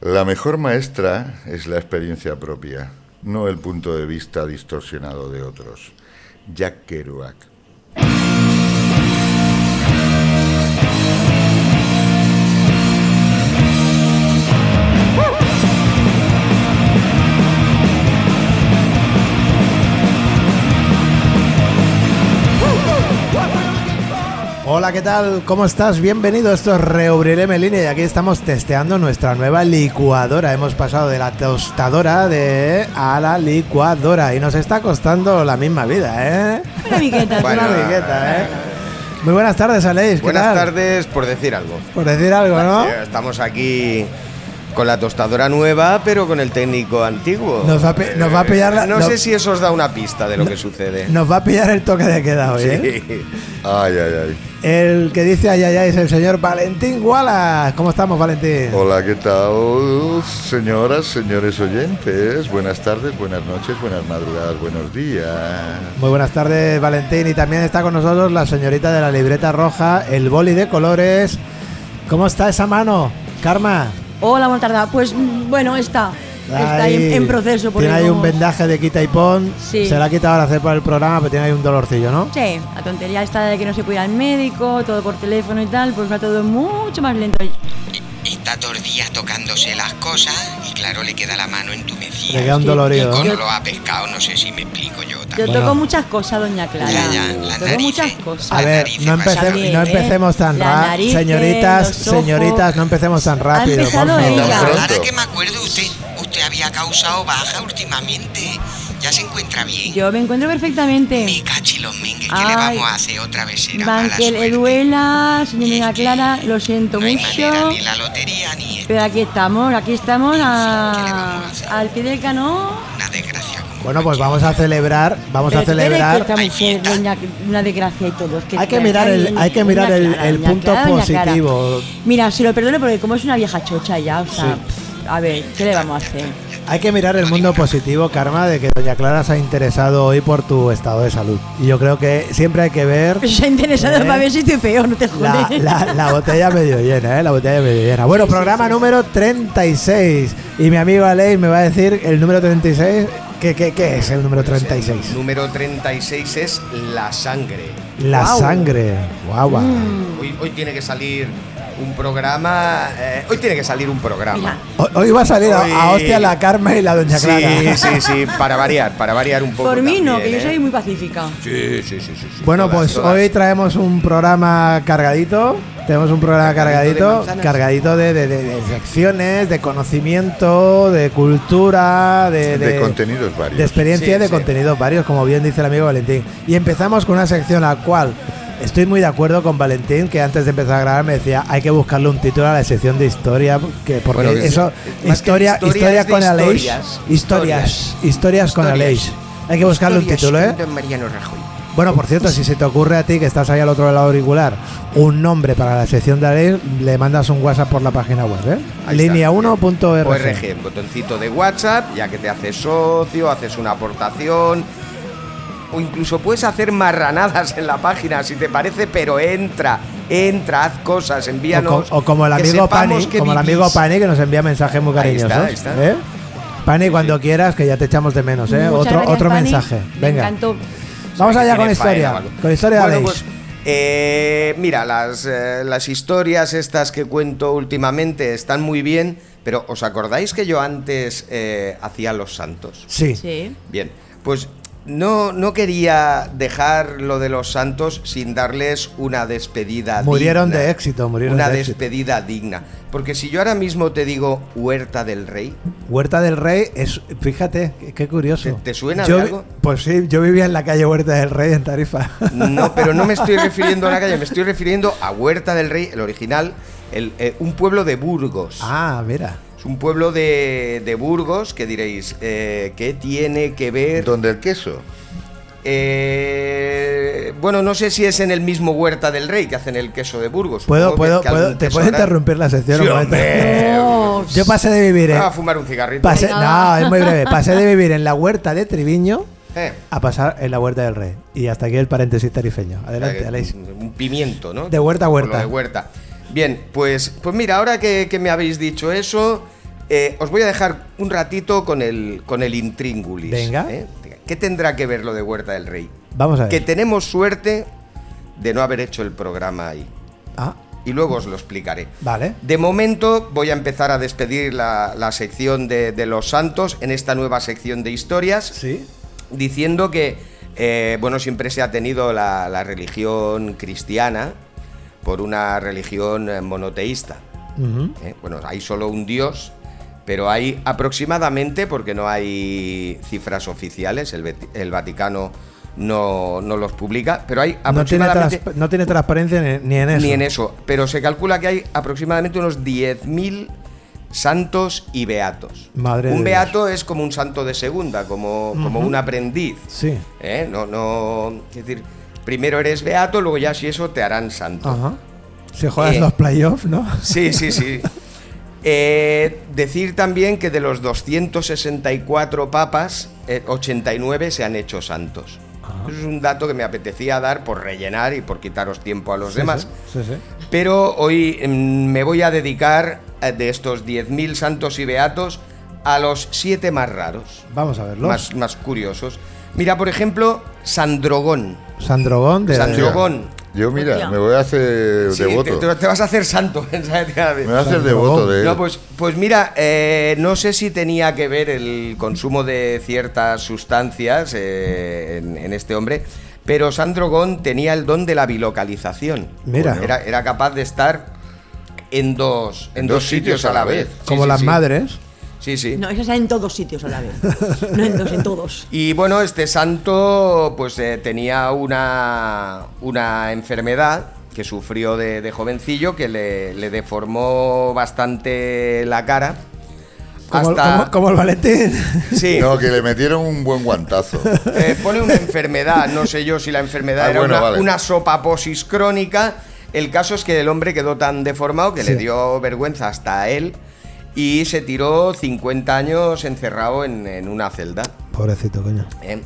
La mejor maestra es la experiencia propia, no el punto de vista distorsionado de otros. Jack Kerouac. Hola, ¿qué tal? ¿Cómo estás? Bienvenido. Esto es Reubriré Meline y aquí estamos testeando nuestra nueva licuadora. Hemos pasado de la tostadora de a la licuadora y nos está costando la misma vida, ¿eh? Una miqueta. Una Bueno. ah, amigueta, ¿eh? Muy buenas tardes, Aleix. ¿Qué Buenas tal? tardes, por decir algo. Por decir algo, ¿no? Eh, Estamos aquí con la tostadora nueva, pero con el técnico antiguo. Eh, Nos va a pe- nos va a pillar la- No no- sé si eso os da una pista de lo que sucede. Nos va a pillar el toque de queda hoy, ¿eh? Sí. Ay, ay, ay. El que dice ay, ay, ay es el señor Valentín Wallace. ¿Cómo estamos, Valentín? Hola, ¿qué tal? Señoras, señores oyentes, buenas tardes, buenas noches, buenas madrugadas, buenos días. Muy buenas tardes, Valentín. Y también está con nosotros la señorita de la libreta roja, el boli de colores. ¿Cómo está esa mano, Karma? Hola, buenas tardes. Pues mm, bueno, está. Está ahí en, en proceso. porque Tiene ahí un como- vendaje de quita y pon. Sí. Se la ha quitado ahora hacer para el programa, pero tiene ahí un dolorcillo, ¿no? Sí, la tontería está de que no se puede ir al médico, todo por teléfono y tal, pues va todo mucho más lento. Está todo el día tocándose las cosas y claro, le queda la mano entumecida. Le queda un dolorido, Con ¿no? lo ha pescado, no sé si me explico yo Yo también. Bueno. toco muchas cosas, doña Clara. Ya, ya, eh. las toco muchas narices. cosas. A ver, narices no, empecemos- también, no ¿eh? empecemos tan La rápido. nariz, Señoritas, los ojos. señoritas, no empecemos tan Ah, rápido. por empezado favor. ella. Tan pronto. Ahora que me acuerdo, usted, usted había causado baja últimamente. Ya se encuentra bien. Yo me encuentro perfectamente. Me cachi los mengues, ¿qué Ay. le vamos a hacer otra vez? Será mala Banquel suerte. Eduela, señorita Es que Clara, lo siento No hay mucho. manera, ni la lotería, ni esto. Pero aquí estamos, aquí estamos ¿qué le a- vamos a hacer? al pie del canón. Una desgracia. como Bueno, pues vamos a celebrar, vamos Pero a espere, que celebrar. esta Hay mujer, fiesta. doña- una desgracia y todo. es Hay que doña mirar el- Clara, hay que mirar doña el- Clara, el doña punto Clara, doña Clara. positivo. Mira, se lo perdono porque como es una vieja chocha ya, o sea, Sí. pff, a ver, ¿qué le vamos a hacer? Hay que mirar el mundo positivo, Karma, de que Doña Clara se ha interesado hoy por tu estado de salud. Y yo creo que siempre hay que ver Pero se ha interesado ¿Eh? para ver si estoy peor, no te la, jodes. la- la botella medio llena, ¿eh? La botella medio llena. Bueno, programa número 36. Y mi amigo Aleix me va a decir el número 36. ¿Qué, qué, qué es el número 36? Número 36 es la sangre. La Guau. sangre. Guau, guau. Mm. Hoy, hoy tiene que salir un programa. eh, hoy tiene que salir un Mira, programa. Hoy- Hoy va a salir a, a Hoy- hostia la Karma y la Doña Clara. Sí, sí, sí, para variar, para variar un poco. por mí no, que también, yo soy ¿eh? muy pacífica. Sí, sí, sí, sí, sí, Bueno, todas, pues todas. hoy traemos un programa cargadito. Tenemos un programa Cargadito de cargadito, manzanas. cargadito de, de, de- de secciones, de conocimiento, de cultura, de, De contenidos varios. de experiencia y Sí, de sí. contenidos varios, como bien dice el amigo Valentín. Y empezamos con una sección a la cual estoy muy de acuerdo con Valentín, que antes de empezar a grabar me decía hay que buscarle un título a la sección de historia, que porque Bueno, que eso, sí. Más que historia, historia historia es de con Aleix, historias. historias, historias con Historias. Aleix. Hay que buscarle un título, ¿eh? Mariano Rajoy. Bueno, por cierto, si se te ocurre a ti que estás ahí al otro lado del auricular, un nombre para la sección de Aleix, le mandas un WhatsApp por la página web, ¿eh? Ahí está. Línea1.org. ORG, botoncito de WhatsApp, ya que te haces socio, haces una aportación. O incluso puedes hacer marranadas en la página, si te parece, pero entra, entra, haz cosas, O, co- envíanos. o como el que amigo sepamos Pani, que como el vivís. amigo Pani que nos envía mensajes muy Ahí cariñosos. está, ahí está. ¿eh? Pani, cuando quieras, que ya te echamos de menos, ¿eh? Muchas Otro, gracias, otro Pani. mensaje. Me Venga. encantó. Vamos allá con Tiene historia. faena, Paco. con historia de Bueno, Aleix. pues, eh, mira, las, eh, las historias estas que cuento últimamente están muy bien, pero ¿os acordáis que yo antes eh, hacía los santos? sí. Sí. Bien, pues no, no quería dejar lo de los santos sin darles una despedida Murieron digna. de éxito, murieron Una de éxito. despedida digna. Porque si yo ahora mismo te digo Huerta del Rey, Huerta del Rey es, fíjate, qué- qué curioso. ¿Te- te suena de Yo vi- algo? Pues sí, yo vivía en la calle Huerta del Rey en Tarifa. No, pero no me estoy refiriendo a la calle, me estoy refiriendo a Huerta del Rey, el original, el, eh, un pueblo de Burgos. ah, mira. Es un pueblo de, de Burgos que diréis, eh, ¿qué tiene que ver? Donde el queso. Eh, bueno, no sé si es en el mismo Huerta del Rey que hacen el queso de Burgos. ¿Puedo, Supongo que- puedo, que puedo- algún ¿Te queso puedo habrá. interrumpir la sección? Sí, un momento? hombre. No, Yo pasé de vivir en... Ah, a fumar un cigarrito. pasé- Venga, no, va. es muy breve. Pasé de vivir en la Huerta de Triviño Eh, a pasar en la Huerta del Rey. Y hasta aquí el paréntesis tarifeño. Adelante, eh, Aleix. un, un pimiento, ¿no? De huerta a Por huerta. lo de huerta. Bien, pues, pues mira, ahora que, que me habéis dicho eso, Eh, os voy a dejar un ratito con el, con el intríngulis. Venga. ¿eh? ¿Qué tendrá que ver lo de Huerta del Rey? Vamos a ver. Que tenemos suerte de no haber hecho el programa ahí. Ah, Y luego os lo explicaré. vale. De momento voy a empezar a despedir la, la sección de, de los santos en esta nueva sección de historias Sí. diciendo que eh, bueno siempre se ha tenido la, la religión cristiana por una religión eh, monoteísta. Ujú. ¿eh? Bueno, hay solo un dios, pero hay aproximadamente, porque no hay cifras oficiales, el, Vati- el Vaticano no, no los publica, pero hay No tiene, aproximadamente... trans- no tiene transparencia ni, ni en eso. Ni en eso, pero se calcula que hay aproximadamente unos 10.000 santos y beatos. Madre un de beato es como un santo de segunda, como, como un aprendiz. Sí. ¿eh? No, no, es decir, primero eres beato, luego ya si eso te harán santo. Ajá. Si juegas Eh. los playoffs, ¿no? Sí, sí, sí. Eh, decir también que de los 264 papas, eh, 89 se han hecho santos. Ajá. Eso es un dato que me apetecía dar por rellenar y por quitaros tiempo a los demás. Sí, sí. Pero hoy mm, me voy a dedicar eh, de estos 10.000 santos y beatos a los siete más raros, Vamos a verlo. más, más curiosos. Mira, por ejemplo, Sandrogón. Sandrogón de. Sandrogón. Yo, mira, Hostia. me voy a hacer Sí, devoto. te, te vas a hacer santo. Me voy a hacer Sandrogón. devoto de él. No, pues, pues mira, eh, no sé si tenía que ver el consumo de ciertas sustancias eh, en, en este hombre, pero Sandrogón tenía el don de la bilocalización. Mira. Bueno. Era, era capaz de estar en dos, en dos, sitios, a la vez. Sí, Como sí, las sí. madres. Sí, sí. No, eso está en todos sitios a la vez. No en dos, en todos. Y bueno, este santo pues eh, tenía una, una enfermedad que sufrió de, de jovencillo que le, le deformó bastante la cara. Como, el- hasta... como- como el Valentín. Sí, No, que le metieron un buen guantazo. eh, pone una enfermedad, no sé yo si la enfermedad Ah, era bueno, una, vale. una sopaposis crónica. El caso es que el hombre quedó tan deformado que le Sí. dio vergüenza hasta a él y se tiró 50 años encerrado en, en una celda. Pobrecito, coño. ¿eh?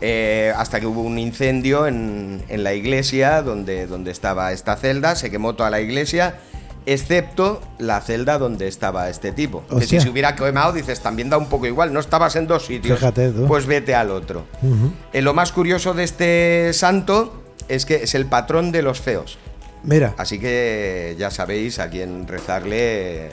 Eh, hasta que hubo un incendio en, en la iglesia donde, donde estaba esta celda, se quemó toda la iglesia, excepto la celda donde estaba este tipo. Que si Hostia. se hubiera quemado, dices, también da un poco igual, no estabas en dos sitios, Fíjate tú. pues vete al otro. Ujú. Eh, lo más curioso de este santo es que es el patrón de los feos. Mira. Así que ya sabéis a quién rezarle eh,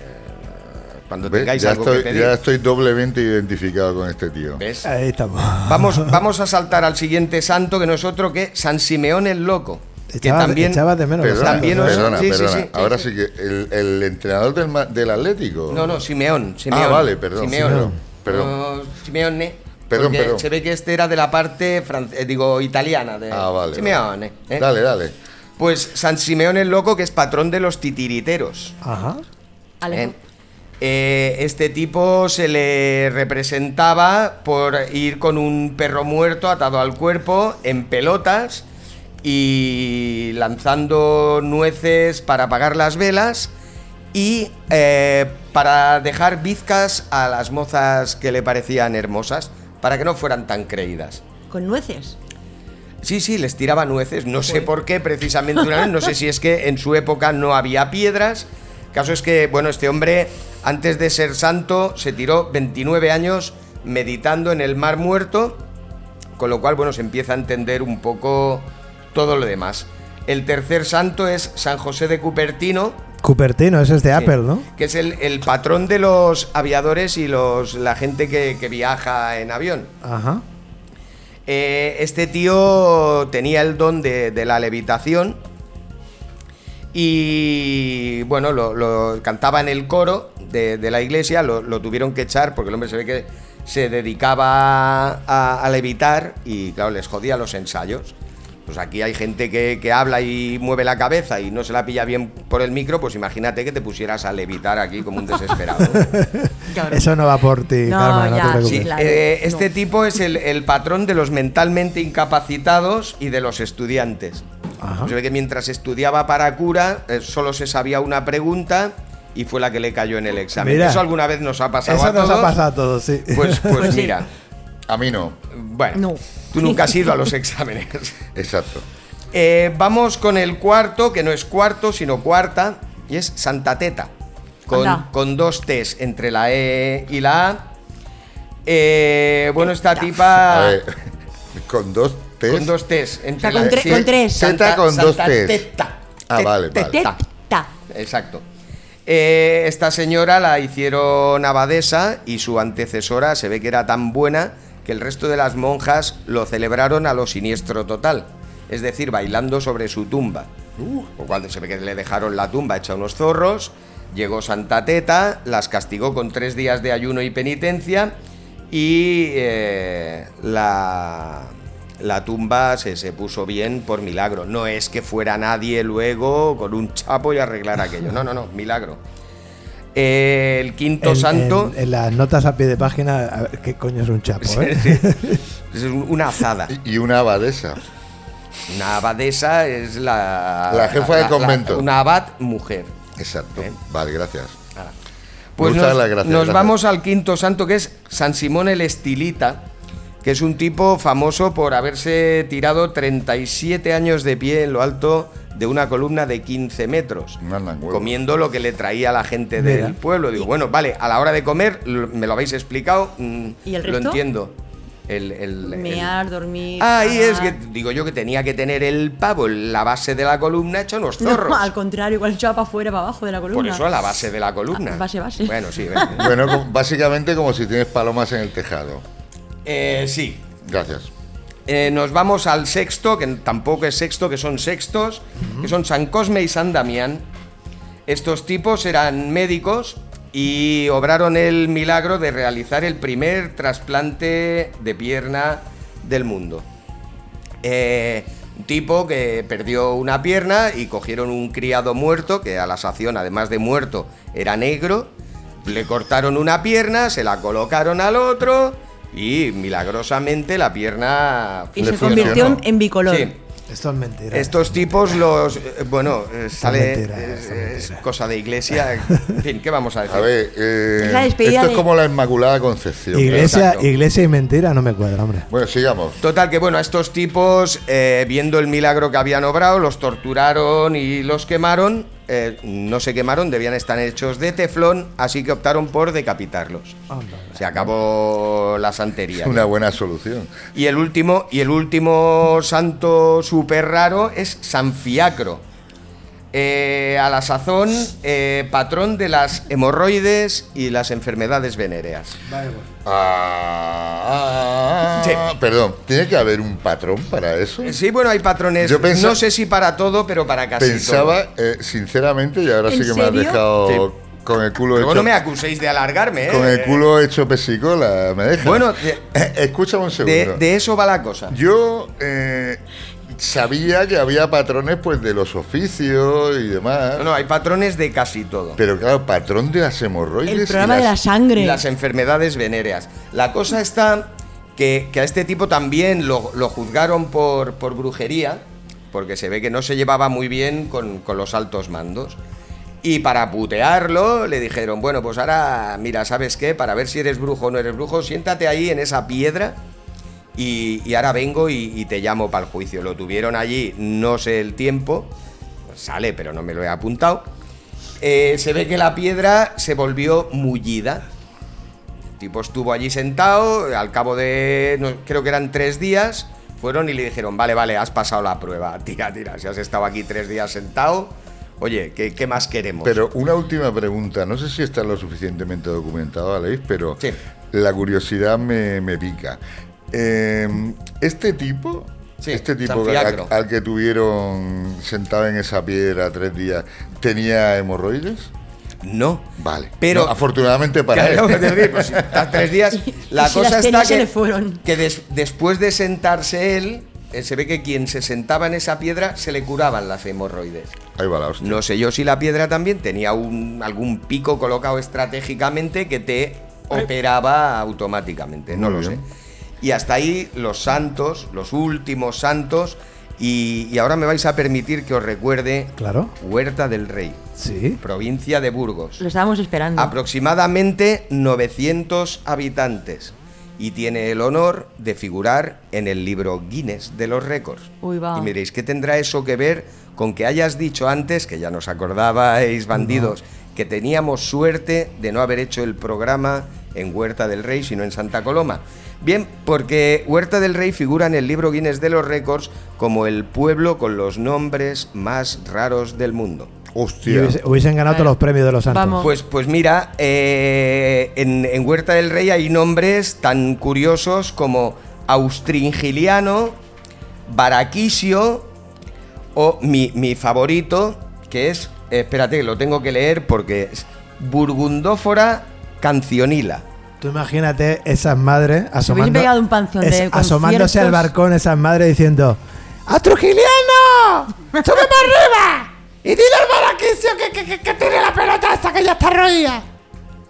cuando ¿Ves? tengáis Ya, algo estoy, que pedir. ya estoy doblemente identificado con este tío. ¿Ves? Ahí estamos. Vamos, vamos a saltar al siguiente santo que no es otro que San Simeón el Loco. Que Echabas- también. echabas de menos. los Perdona, También santos, os- ¿eh? perdona, sí, sí, perdona. sí. Ahora sí que el, el entrenador del, ma- del Atlético. Ah, No, no, Simeón. Simeón vale, perdón, Simeón. Simeón, No, Simeone, Perdón, porque perdón. Se ve que este era de la parte, fran- eh, digo, italiana. De Ah, vale. Simeone. vale. ¿eh? Dale, dale. Pues San Simeón el Loco, que es patrón de los titiriteros. Ajá. Alejo. ¿eh? Eh, este tipo se le representaba por ir con un perro muerto atado al cuerpo en pelotas y lanzando nueces para apagar las velas y eh, para dejar bizcas a las mozas que le parecían hermosas para que no fueran tan creídas. Con nueces. Sí, sí, les tiraba nueces. No sé por qué, precisamente una vez. No sé si es que en su época no había piedras. Caso es que, bueno, este hombre, antes de ser santo, se tiró 29 años meditando en el Mar Muerto. Con lo cual, bueno, se empieza a entender un poco todo lo demás. El tercer santo es San José de Cupertino, Cupertino, ese es de Sí. Apple, ¿no? que es el, el patrón de los aviadores y los, la gente que- que viaja en avión. Ajá. Eh, este tío tenía el don de, de la levitación y bueno, lo, lo cantaba en el coro de, de la iglesia, lo, lo tuvieron que echar porque el hombre se ve que se dedicaba a, a levitar y claro, les jodía los ensayos. Pues aquí hay gente que, que habla y mueve la cabeza y no se la pilla bien por el micro, pues imagínate que te pusieras a levitar aquí como un desesperado. Cabrón. Eso no va por ti, No, Karma, no ya, te preocupes. Sí, Claro, eh, no. este tipo es el, el patrón de los mentalmente incapacitados y de los estudiantes. Ajá. Se ve que mientras estudiaba para cura, eh, solo se sabía una pregunta y fue la que le cayó en el examen. Mira. Eso alguna vez nos ha pasado Eso a todos. nos ha pasado a todos, sí. Pues, pues Pues sí. mira, A mí no. bueno, No. tú nunca has ido a los exámenes. Exacto. Eh, vamos con el cuarto, que no es cuarto, sino cuarta, y es Santa Teta. con, Anda. con dos T's entre la E y la A. Eh, bueno, esta tipa. A ver, con dos T's. Ah. Con dos T's. Entre O sea, con la- tre- sí, con tres. Santa- Teta con Santa dos T's. Teta. Ah, Tet- vale, vale. Teta. Teta. Exacto. Eh, esta señora la hicieron abadesa y su antecesora se ve que era tan buena que el resto de las monjas lo celebraron a lo siniestro total, es decir, bailando sobre su tumba. Uh. Por cuando se ve que le dejaron la tumba hecha unos zorros, llegó Santa Teta, las castigó con tres días de ayuno y penitencia y eh, la, la tumba se, se puso bien por milagro. No es que fuera nadie luego con un chapo y arreglar aquello. No, no, no, milagro. Eh, el quinto En- santo En, en las notas a pie de página, a ver, ¿qué coño es un chapo? eh? es un- una azada. Y una abadesa. Una abadesa es la... La jefa de convento. una abad mujer. Exacto. Bien. Vale, gracias. Pues Me nos, gusta la gracia, nos gracias. vamos al quinto santo, que es San Simón el Estilita, que es un tipo famoso por haberse tirado 37 años de pie en lo alto de una columna de 15 metros, Mandan huevos. comiendo lo que le traía la gente del Mira. pueblo. Digo, bueno, vale, a la hora de comer lo- me lo habéis explicado, mm, ¿Y el lo resto? entiendo. El, el- el- Mear, dormir. Ahí Eh, es que, cagar. digo yo, que tenía que tener el pavo, en la base de la columna hecho unos zorros. No, al contrario, igual echaba para afuera, para abajo de la columna. Por eso a la base de la columna. Ah, base, base. Bueno, sí, ven. Bueno, como- básicamente como si tienes palomas en el tejado. Eh, sí. Gracias. Eh, nos vamos al sexto, que tampoco es sexto, que son sextos, que son San Cosme y San Damián. Estos tipos eran médicos y obraron el milagro de realizar el primer trasplante de pierna del mundo. Eh, un tipo que perdió una pierna y cogieron un criado muerto, que a la sación, además de muerto, era negro. Le cortaron una pierna, se la colocaron al otro y milagrosamente la pierna... Y Le se convirtió en, funcionó. en bicolor. Sí. Esto es mentira. Estos tipos los... eh, bueno, eh, sale... mentira, es- son es mentiras. cosa de iglesia. En fin, ¿qué vamos a decir? A ver, eh, Es la despedida esto es de- como la Inmaculada Concepción. iglesia, exacto. iglesia y mentira no me cuadra, hombre. Bueno, sigamos. Total, que bueno, a estos tipos, eh, viendo el milagro que habían obrado, los torturaron y los quemaron. Eh, no se quemaron, debían estar hechos de teflón, así que optaron por decapitarlos. Anda. Se acabó la santería. Es una buena solución. Y el último, y el último santo súper raro es San Fiacro. Eh, a la sazón, eh, patrón de las hemorroides y las enfermedades venéreas. Ah, Sí. Eh, Perdón, ¿tiene que haber un patrón para eso? Sí, bueno, hay patrones. Yo pensa- no sé si para todo, pero para casi todo. Pensaba, eh, sinceramente, y ahora sí ¿En que me has serio? dejado con el culo Luego hecho. no me acuséis de alargarme, ¿eh? Con el culo hecho pesicola, me deja. Eh, Bueno, de- escúchame un De, segundo. de eso va la cosa. Yo eh, sabía que había patrones pues de los oficios y demás. No, no, hay patrones de casi todo. Pero claro, patrón de las hemorroides. El y programa de la las- sangre. Y las enfermedades venéreas. La cosa está que, que a este tipo también lo, lo juzgaron por, por brujería, porque se ve que no se llevaba muy bien con, con los altos mandos. Y para putearlo le dijeron, bueno, pues ahora, mira, ¿sabes qué? Para ver si eres brujo o no eres brujo, siéntate ahí en esa piedra y, y ahora vengo y, y te llamo para el juicio. Lo tuvieron allí, no sé el tiempo, pues sale, pero no me lo he apuntado. Eh, se ve que la piedra se volvió mullida. El tipo estuvo allí sentado, al cabo de, no, creo que eran tres días, fueron y le dijeron, vale, vale, has pasado la prueba, tira, tira, si has estado aquí tres días sentado, oye, ¿qué, qué más queremos? Pero una última pregunta, no sé si está lo suficientemente documentado, Aleix, pero Sí. la curiosidad me, me pica. Eh, este tipo, Sí, este tipo San al- Fiacro. al, que tuvieron sentado en esa piedra tres días, ¿tenía hemorroides? no. Vale. Pero- No, afortunadamente para Claro, él. es decir, pues, tras tres días. La Y si cosa las está tenía, se que, le fueron. que des- después de sentarse él, eh, se ve que quien se sentaba en esa piedra se le curaban las hemorroides. Ahí va la hostia. No sé yo si la piedra también tenía un, algún pico colocado estratégicamente que te operaba automáticamente, no Muy lo sé. bien. Y hasta ahí los santos, los últimos santos, y, y ahora me vais a permitir que os recuerde Claro. Huerta del Rey, Sí. provincia de Burgos. Lo estábamos esperando. Aproximadamente 900 habitantes y tiene el honor de figurar en el libro Guinness de los récords. Uy, va. Y me diréis, ¿qué tendrá eso que ver con que hayas dicho antes, que ya nos acordabais, bandidos, que teníamos suerte de no haber hecho el programa en Huerta del Rey, sino en Santa Coloma. Bien, porque Huerta del Rey figura en el libro Guinness de los Récords como el pueblo con los nombres más raros del mundo. Y Hostia. hubiese- hubiesen ganado todos los premios de los santos. Vamos. Pues, pues mira, eh, en, en Huerta del Rey hay nombres tan curiosos como Austringiliano, Baraquisio o mi, mi favorito, que es, espérate, que lo tengo que leer porque es Burgundófora cancionila. Tú imagínate esas madres asomando, pegado un panzón de asomándose conciertos. al balcón, esas madres diciendo ¡A Trujiliano! ¡Sube para arriba! Y dile al Baraquicio que, que, que- que tire la pelota esta que ya está roída.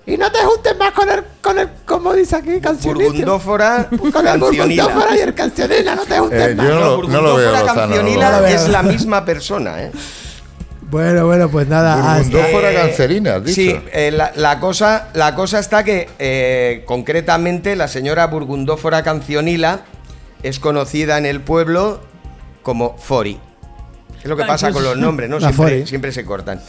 Y no te juntes más con el, con el como dice aquí, cancionito. Burgundófora Con el cancionila. burgundófora y el cancionila, no te juntes Eh, más. yo no, lo- no lo veo, Burgundófora Lozano. no lo cancionila No lo veo. es la misma persona, ¿eh? Bueno, bueno, pues nada. hasta- Burgundófora Eh, cancerina, has dicho. Sí, eh, la, la cosa, la cosa está que eh, concretamente la señora Burgundófora Cancionila es conocida en el pueblo como Fori. Es lo que Ay, pasa pues, con los nombres, ¿no? la Siempre, Fori. siempre se cortan.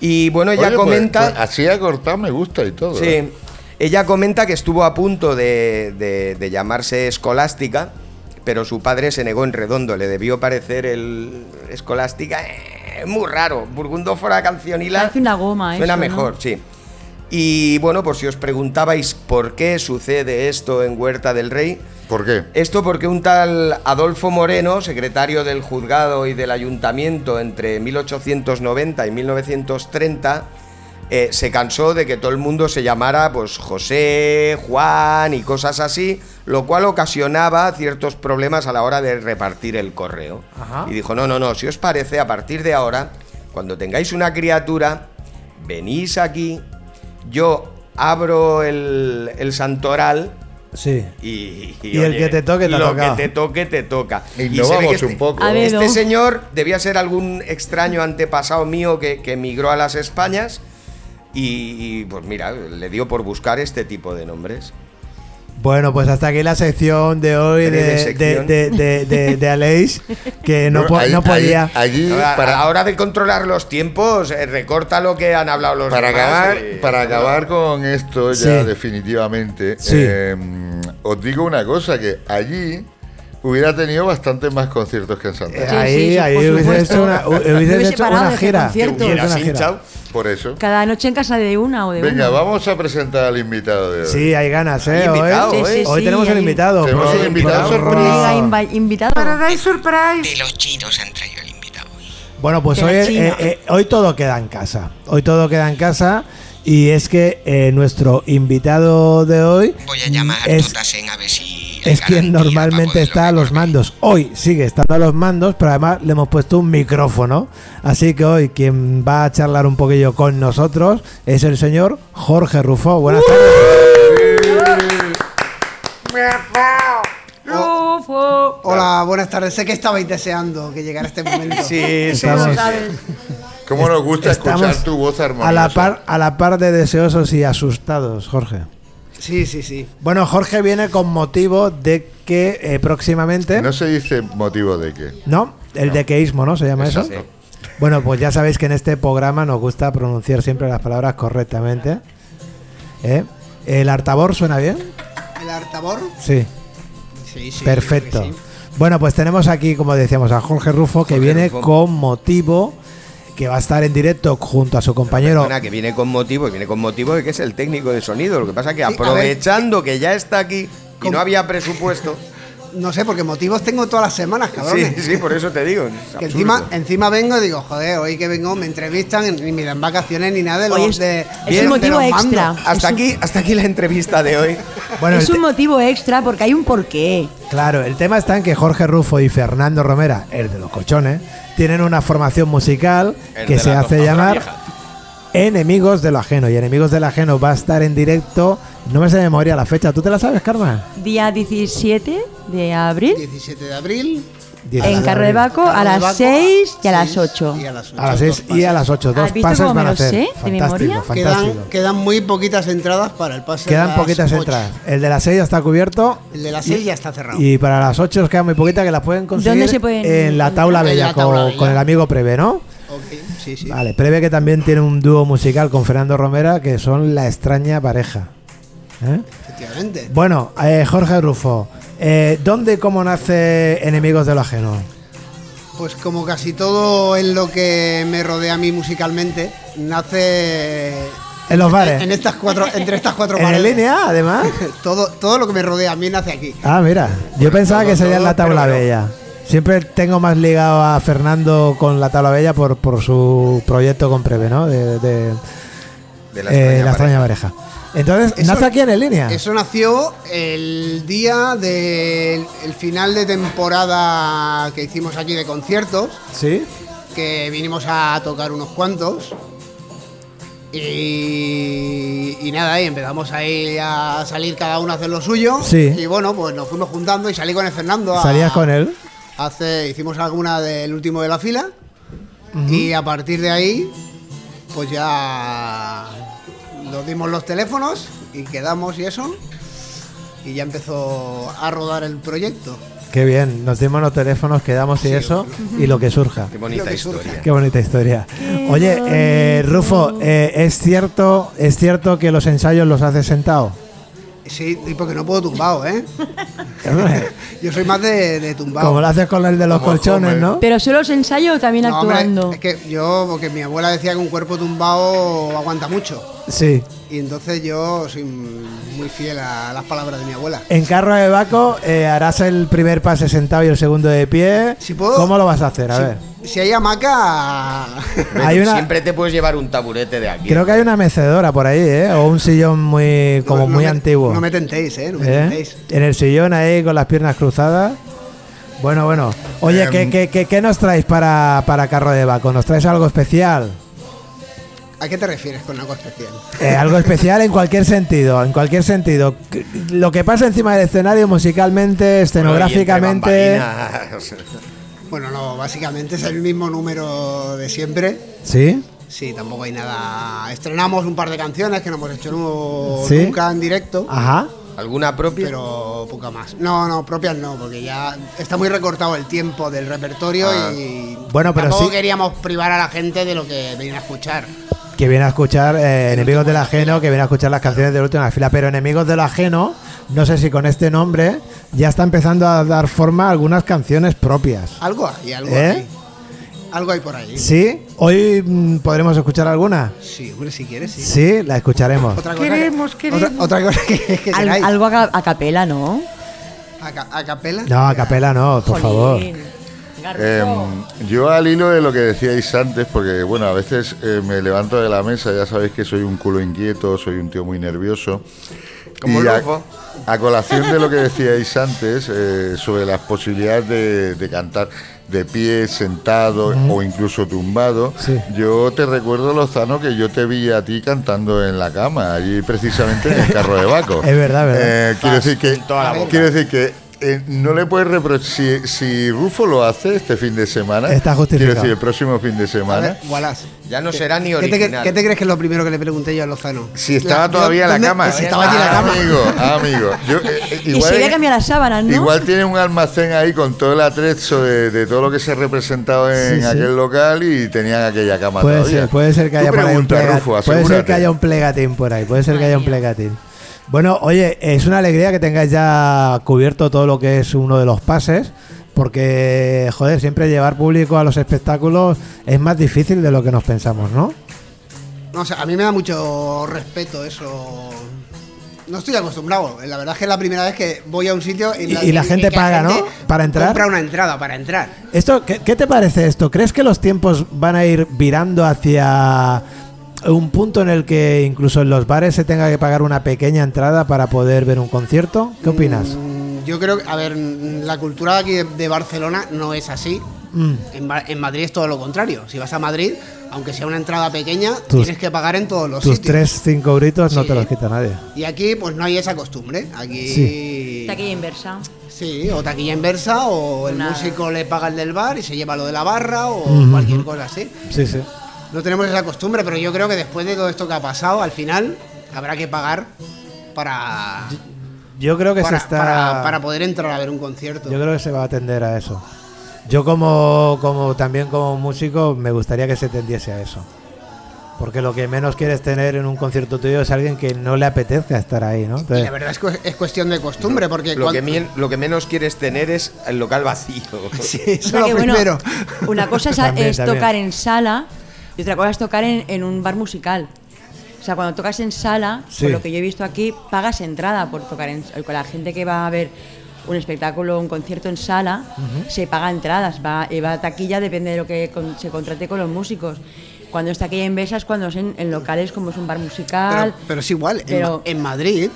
Y bueno, ella Oye, pues, comenta. pues así a cortar me gusta y todo. ¿eh? Sí. Ella comenta que estuvo a punto de, de- de llamarse escolástica, pero su padre se negó en redondo. Le debió parecer el escolástica eh, muy raro. Burgundófora cancionila. Parece una goma, Suena eso, ¿no? mejor, sí. Y bueno, por si os preguntabais por qué sucede esto en Huerta del Rey, ¿Por qué? esto porque un tal Adolfo Moreno, secretario del juzgado y del ayuntamiento entre 1890 y 1930, eh, se cansó de que todo el mundo se llamara pues, José, Juan y cosas así, lo cual ocasionaba ciertos problemas a la hora de repartir el correo. Ajá. Y dijo, no, no, no, si os parece, a partir de ahora, cuando tengáis una criatura, venís aquí, yo abro el, el santoral Sí. y, Y el que te toque, te ha lo tocado. que te toque te toca Y se ve Innovamos que un poco. A ver. este Pero- señor debía ser algún extraño antepasado mío que, que emigró a las Españas y, y, pues mira le dio por buscar este tipo de nombres Bueno, pues hasta aquí la sección de hoy Breve de, de, sección. de, de, de- de Aleix, que no, po- Ahí- no ahí- podía. Allí, Ahora- a para, la hora de controlar los tiempos eh, recorta lo que han hablado los para demás acabar, y- para acabar con esto ya Sí. definitivamente, Sí. eh, os digo una cosa, que allí hubiera tenido bastantes más conciertos que en Eh, Santander. Sí, ahí sí, sí, ahí por hubiese supuesto. hecho una, hubiese Hubiese hecho parado una ese gira. concierto. Te Hubiese hecho Hubieras una gira. hinchado. Por eso. Cada noche en casa de una o de Venga, uno. vamos a presentar al invitado de hoy. Sí, hay ganas, Hay ¿eh? invitado, hoy Sí, sí, hoy sí, tenemos hay- un invitado. Tenemos Pro- un invitado pro- sorpresa. Venga, inva- invitado. De los chinos han traído el invitado. Bueno, pues de la hoy, eh, China. eh, hoy todo queda en casa. Hoy todo queda en casa. Y es que eh, nuestro invitado de hoy Voy a llamar a es Totasen a ver si. hay es quien garantía para normalmente poderlo está a los recordar. mandos. Hoy sigue estando a los mandos, pero además le hemos puesto un micrófono. Así que hoy quien va a charlar un poquillo con nosotros es el señor Jorge Rufo. Buenas tardes. Rufo. Hola, buenas tardes. Sé que estabais deseando que llegara este momento. sí, sí, Estamos- sí, sí. ¿Sabes? ¿Cómo nos gusta Este, escuchar tu voz armoniosa? a la, par, a la par de deseosos y asustados, Jorge. Sí, sí, sí. Bueno, Jorge viene con motivo de que eh, próximamente... No se dice motivo de qué. ¿No? El dequeísmo, ¿no? ¿Se llama eso? Exacto. Bueno, pues ya sabéis que en este programa nos gusta pronunciar siempre las palabras correctamente. ¿Eh? ¿El artabor suena bien? ¿El artabor? Sí, Sí, sí. perfecto. creo que sí. Bueno, pues tenemos aquí, como decíamos, a Jorge Rufo, que Jorge viene Rufo. con motivo, que va a estar en directo junto a su compañero. Perdona, que viene con motivo, y viene con motivo de que es el técnico de sonido. Lo que pasa es que Sí, a ver. aprovechando que ya está aquí y ¿Cómo? no había presupuesto. No sé, porque motivos tengo todas las semanas, cabrones. Sí, sí, por eso te digo. es Que absurdo. encima, encima vengo y digo, joder, hoy que vengo me entrevistan ni me dan vacaciones ni nada de los Oye, es- de, es de un los motivo mandos. extra. hasta es un- aquí, hasta aquí la entrevista de hoy. Bueno, es el un motivo extra porque hay un porqué. Claro, el tema está en que Jorge Rufo y Fernando Romera, el de los cochones, tienen una formación musical El que de se la hace tostadora llamar vieja. Enemigos de lo Ajeno. Y Enemigos del Ajeno va a estar en directo, no me sé de memoria la fecha, ¿tú te la sabes, Karma? Día 17 de abril 17 de abril. en Carro de Baco a las 6 y a las 8. Y a las 8. A las 6 y a las 8, dos ¿Has visto pases cómo me van a lo hacer. sé de fantástico, memoria? fantástico. Quedan, quedan muy poquitas entradas para el pase. de Quedan las poquitas ocho. entradas. El de las 6 ya está cubierto. El de las Y- 6 ya está cerrado. Y para las 8 os quedan muy poquitas que las pueden conseguir ¿Dónde se pueden en la encontrar? tabla En la bella Taula con, Bella. con el amigo Preve, ¿no? Ok. sí, sí. Vale, prevé que también tiene un dúo musical con Fernando Romera que son La extraña pareja. ¿Eh? Efectivamente. Bueno, eh, Jorge Rufo, eh, ¿dónde y cómo nace Enemigos de lo Ajeno? Pues como casi todo en lo que me rodea a mí musicalmente, nace En los bares. en estas cuatro, entre estas cuatro En el paredes. NA, además. Todo, todo lo que me rodea a mí nace aquí. Ah, mira, yo pensaba que sería en la todo, tabla pero no. bella. Siempre tengo más ligado a Fernando con la tabla bella por, por su proyecto con Preve, ¿no? De, de, De eh, la pareja. extraña pareja. Entonces, Eso- nace aquí en el línea. Eso nació el día del el final de temporada que hicimos aquí de conciertos, Sí. que vinimos a tocar unos cuantos. Y, y nada, y empezamos ahí a salir cada uno a hacer lo suyo. Sí. Y bueno, pues nos fuimos juntando y salí con el Fernando. a- Salías con él. Hace, hicimos alguna del último de la fila. Y a partir de ahí, pues ya nos dimos los teléfonos y quedamos y eso. Y ya empezó a rodar el proyecto. Qué bien, nos dimos los teléfonos, quedamos y eso, y lo que surja. Qué Lo bonita que surja. historia. Qué bonita historia. Oye, eh, Rufo, eh, ¿es, cierto, ¿es cierto que los ensayos los haces sentado? Sí, y porque no puedo tumbado, ¿eh? Yo soy más de, de tumbado. Como lo haces con el de los Como colchones, Homer. ¿no? Pero solo os ensayo o también No, hombre, actuando. es que yo, porque mi abuela decía que un cuerpo tumbado aguanta mucho. Sí. Y entonces yo soy muy fiel a las palabras de mi abuela. En carro de Baco eh, harás el primer pase sentado y el segundo de pie. Si puedo- ¿Cómo lo vas a hacer? A Si- ver. Si, hay hamaca, Hay una- Siempre te puedes llevar un taburete de aquí. Creo que hay una mecedora por ahí, ¿eh? O un sillón muy como No- no muy me- antiguo. No me tentéis, ¿eh? No me ¿Eh? tentéis. En el sillón ahí con las piernas cruzadas. Bueno, bueno. Oye, Em. ¿qué, qué, qué- qué nos traéis para, para Carro de Baco? ¿Nos traes algo especial? ¿A qué te refieres con algo especial? Eh, algo especial en cualquier sentido, en cualquier sentido. C- Lo que pasa encima del escenario musicalmente, Bueno, y entre escenográficamente... bambalinas. Bueno, no, básicamente es el mismo número de siempre. ¿Sí? Sí, tampoco hay nada. Estrenamos un par de canciones que no hemos hecho nu- ¿Sí? nunca en directo, Ajá. ¿Alguna propia? pero poca más. No, no, propias no, porque ya está muy recortado el tiempo del repertorio Ah. y Bueno, pero tampoco sí- queríamos privar a la gente de lo que venía a escuchar. Que viene a escuchar eh, Enemigos del Ajeno, que viene a escuchar las canciones de la última fila, pero Enemigos del Ajeno, no sé si con este nombre, ya está empezando a dar forma a algunas canciones propias. Algo hay, algo ¿Eh? hay. Algo hay por ahí. ¿Sí? ¿Hoy mm, podremos escuchar alguna? Sí, hombre, si quieres, sí. Sí, la escucharemos. Otra Queremos, cosa que, queremos. Otra, otra cosa que, que Al- queráis. algo a, ca- a capela, ¿no? ¿A, ca- a capela? No, a capela no, por favor. Em, yo al hilo de lo que decíais antes, porque bueno, a veces eh, me levanto de la mesa, ya sabéis que soy un culo inquieto, soy un tío muy nervioso. Como Y a, Rufo. a colación de lo que decíais antes eh, sobre las posibilidades de, de cantar de pie, sentado o incluso tumbado, Sí. yo te recuerdo, Lozano, que yo te vi a ti cantando en la cama, allí precisamente en el carro de Baco. Es verdad, verdad. Eh, quiero decir que, toda la boca. quiero decir que eh, no le puedes reprochar. Si, si Rufo lo hace este fin de semana, Está justificado. Quiero decir, el próximo fin de A semana. ver, Wallace. Ya no será ni ¿Qué te, cre- original. qué te crees que es lo primero que le pregunté yo a Lozano? Si estaba La- todavía en la ¿dónde- cama. Si estaba allí en la Ah, cama. Amigo, ah, amigo. Yo, eh, eh, Y se había cambiado las sábanas, ¿no? Igual tiene un almacén ahí con todo el atrezo de, de todo lo que se representaba en Sí, sí. aquel local y tenían aquella cama Puede todavía. ser, puede ser que haya Tú por ahí un pregunta, plega- Rufo, Puede ser que asegúrate. haya un plegatín por ahí, puede ser que Madre haya un mía. plegatín. Bueno, oye, es una alegría que tengáis ya cubierto todo lo que es uno de los pases, porque, joder, siempre llevar público a los espectáculos es más difícil de lo que nos pensamos, ¿no? No, o sea, a mí me da mucho respeto eso. No estoy acostumbrado. La verdad es que es la primera vez que voy a un sitio y Y- y la gente que la paga, ¿no? gente Para entrar. Compra una entrada para entrar. Esto, ¿qué, qué te parece esto? ¿Crees que los tiempos van a ir virando hacia un punto en el que incluso en los bares se tenga que pagar una pequeña entrada para poder ver un concierto? ¿Qué opinas? Mm, Yo creo que, a ver, mm, la cultura de aquí de- de Barcelona no es así. Mm. En, Ba- en Madrid es todo lo contrario. Si vas a Madrid, aunque sea una entrada pequeña, Tus- tienes que pagar en todos los Tus sitios. tres, cinco gritos no Sí. te los quita nadie. Y aquí, pues no hay esa costumbre. Aquí. Taquilla inversa. Sí, o taquilla inversa, o el Nada. músico le paga el del bar y se lleva lo de la barra, o cualquier cosa así. Sí, sí. No tenemos esa costumbre, pero yo creo que después de todo esto que ha pasado, al final habrá que pagar para, Yo creo que para, se está. para- para poder entrar a ver un concierto. yo creo que se va a atender a eso. Yo como, como también como músico me gustaría que se tendiese a eso. Porque lo que menos quieres tener en un concierto tuyo es alguien que no le apetezca estar ahí, ¿no? Y Entonces, la verdad es, cu- es cuestión de costumbre, porque Lo cuan- que, mien- lo que menos quieres tener es el local vacío. eso O sea lo que, bueno, primero. una cosa es, También, es también. tocar en sala y otra cosa es tocar en, en un bar musical. O sea, cuando tocas en sala, Sí. por lo que yo he visto aquí, pagas entrada por tocar en con la gente que va a ver un espectáculo, un concierto en sala, se paga entradas, va, y va a taquilla, depende de lo que con- se contrate con los músicos. Cuando está aquí en Besas, cuando es en, en locales como es un bar musical. Pero, pero es igual, en Pero- Ma- en, Madrid,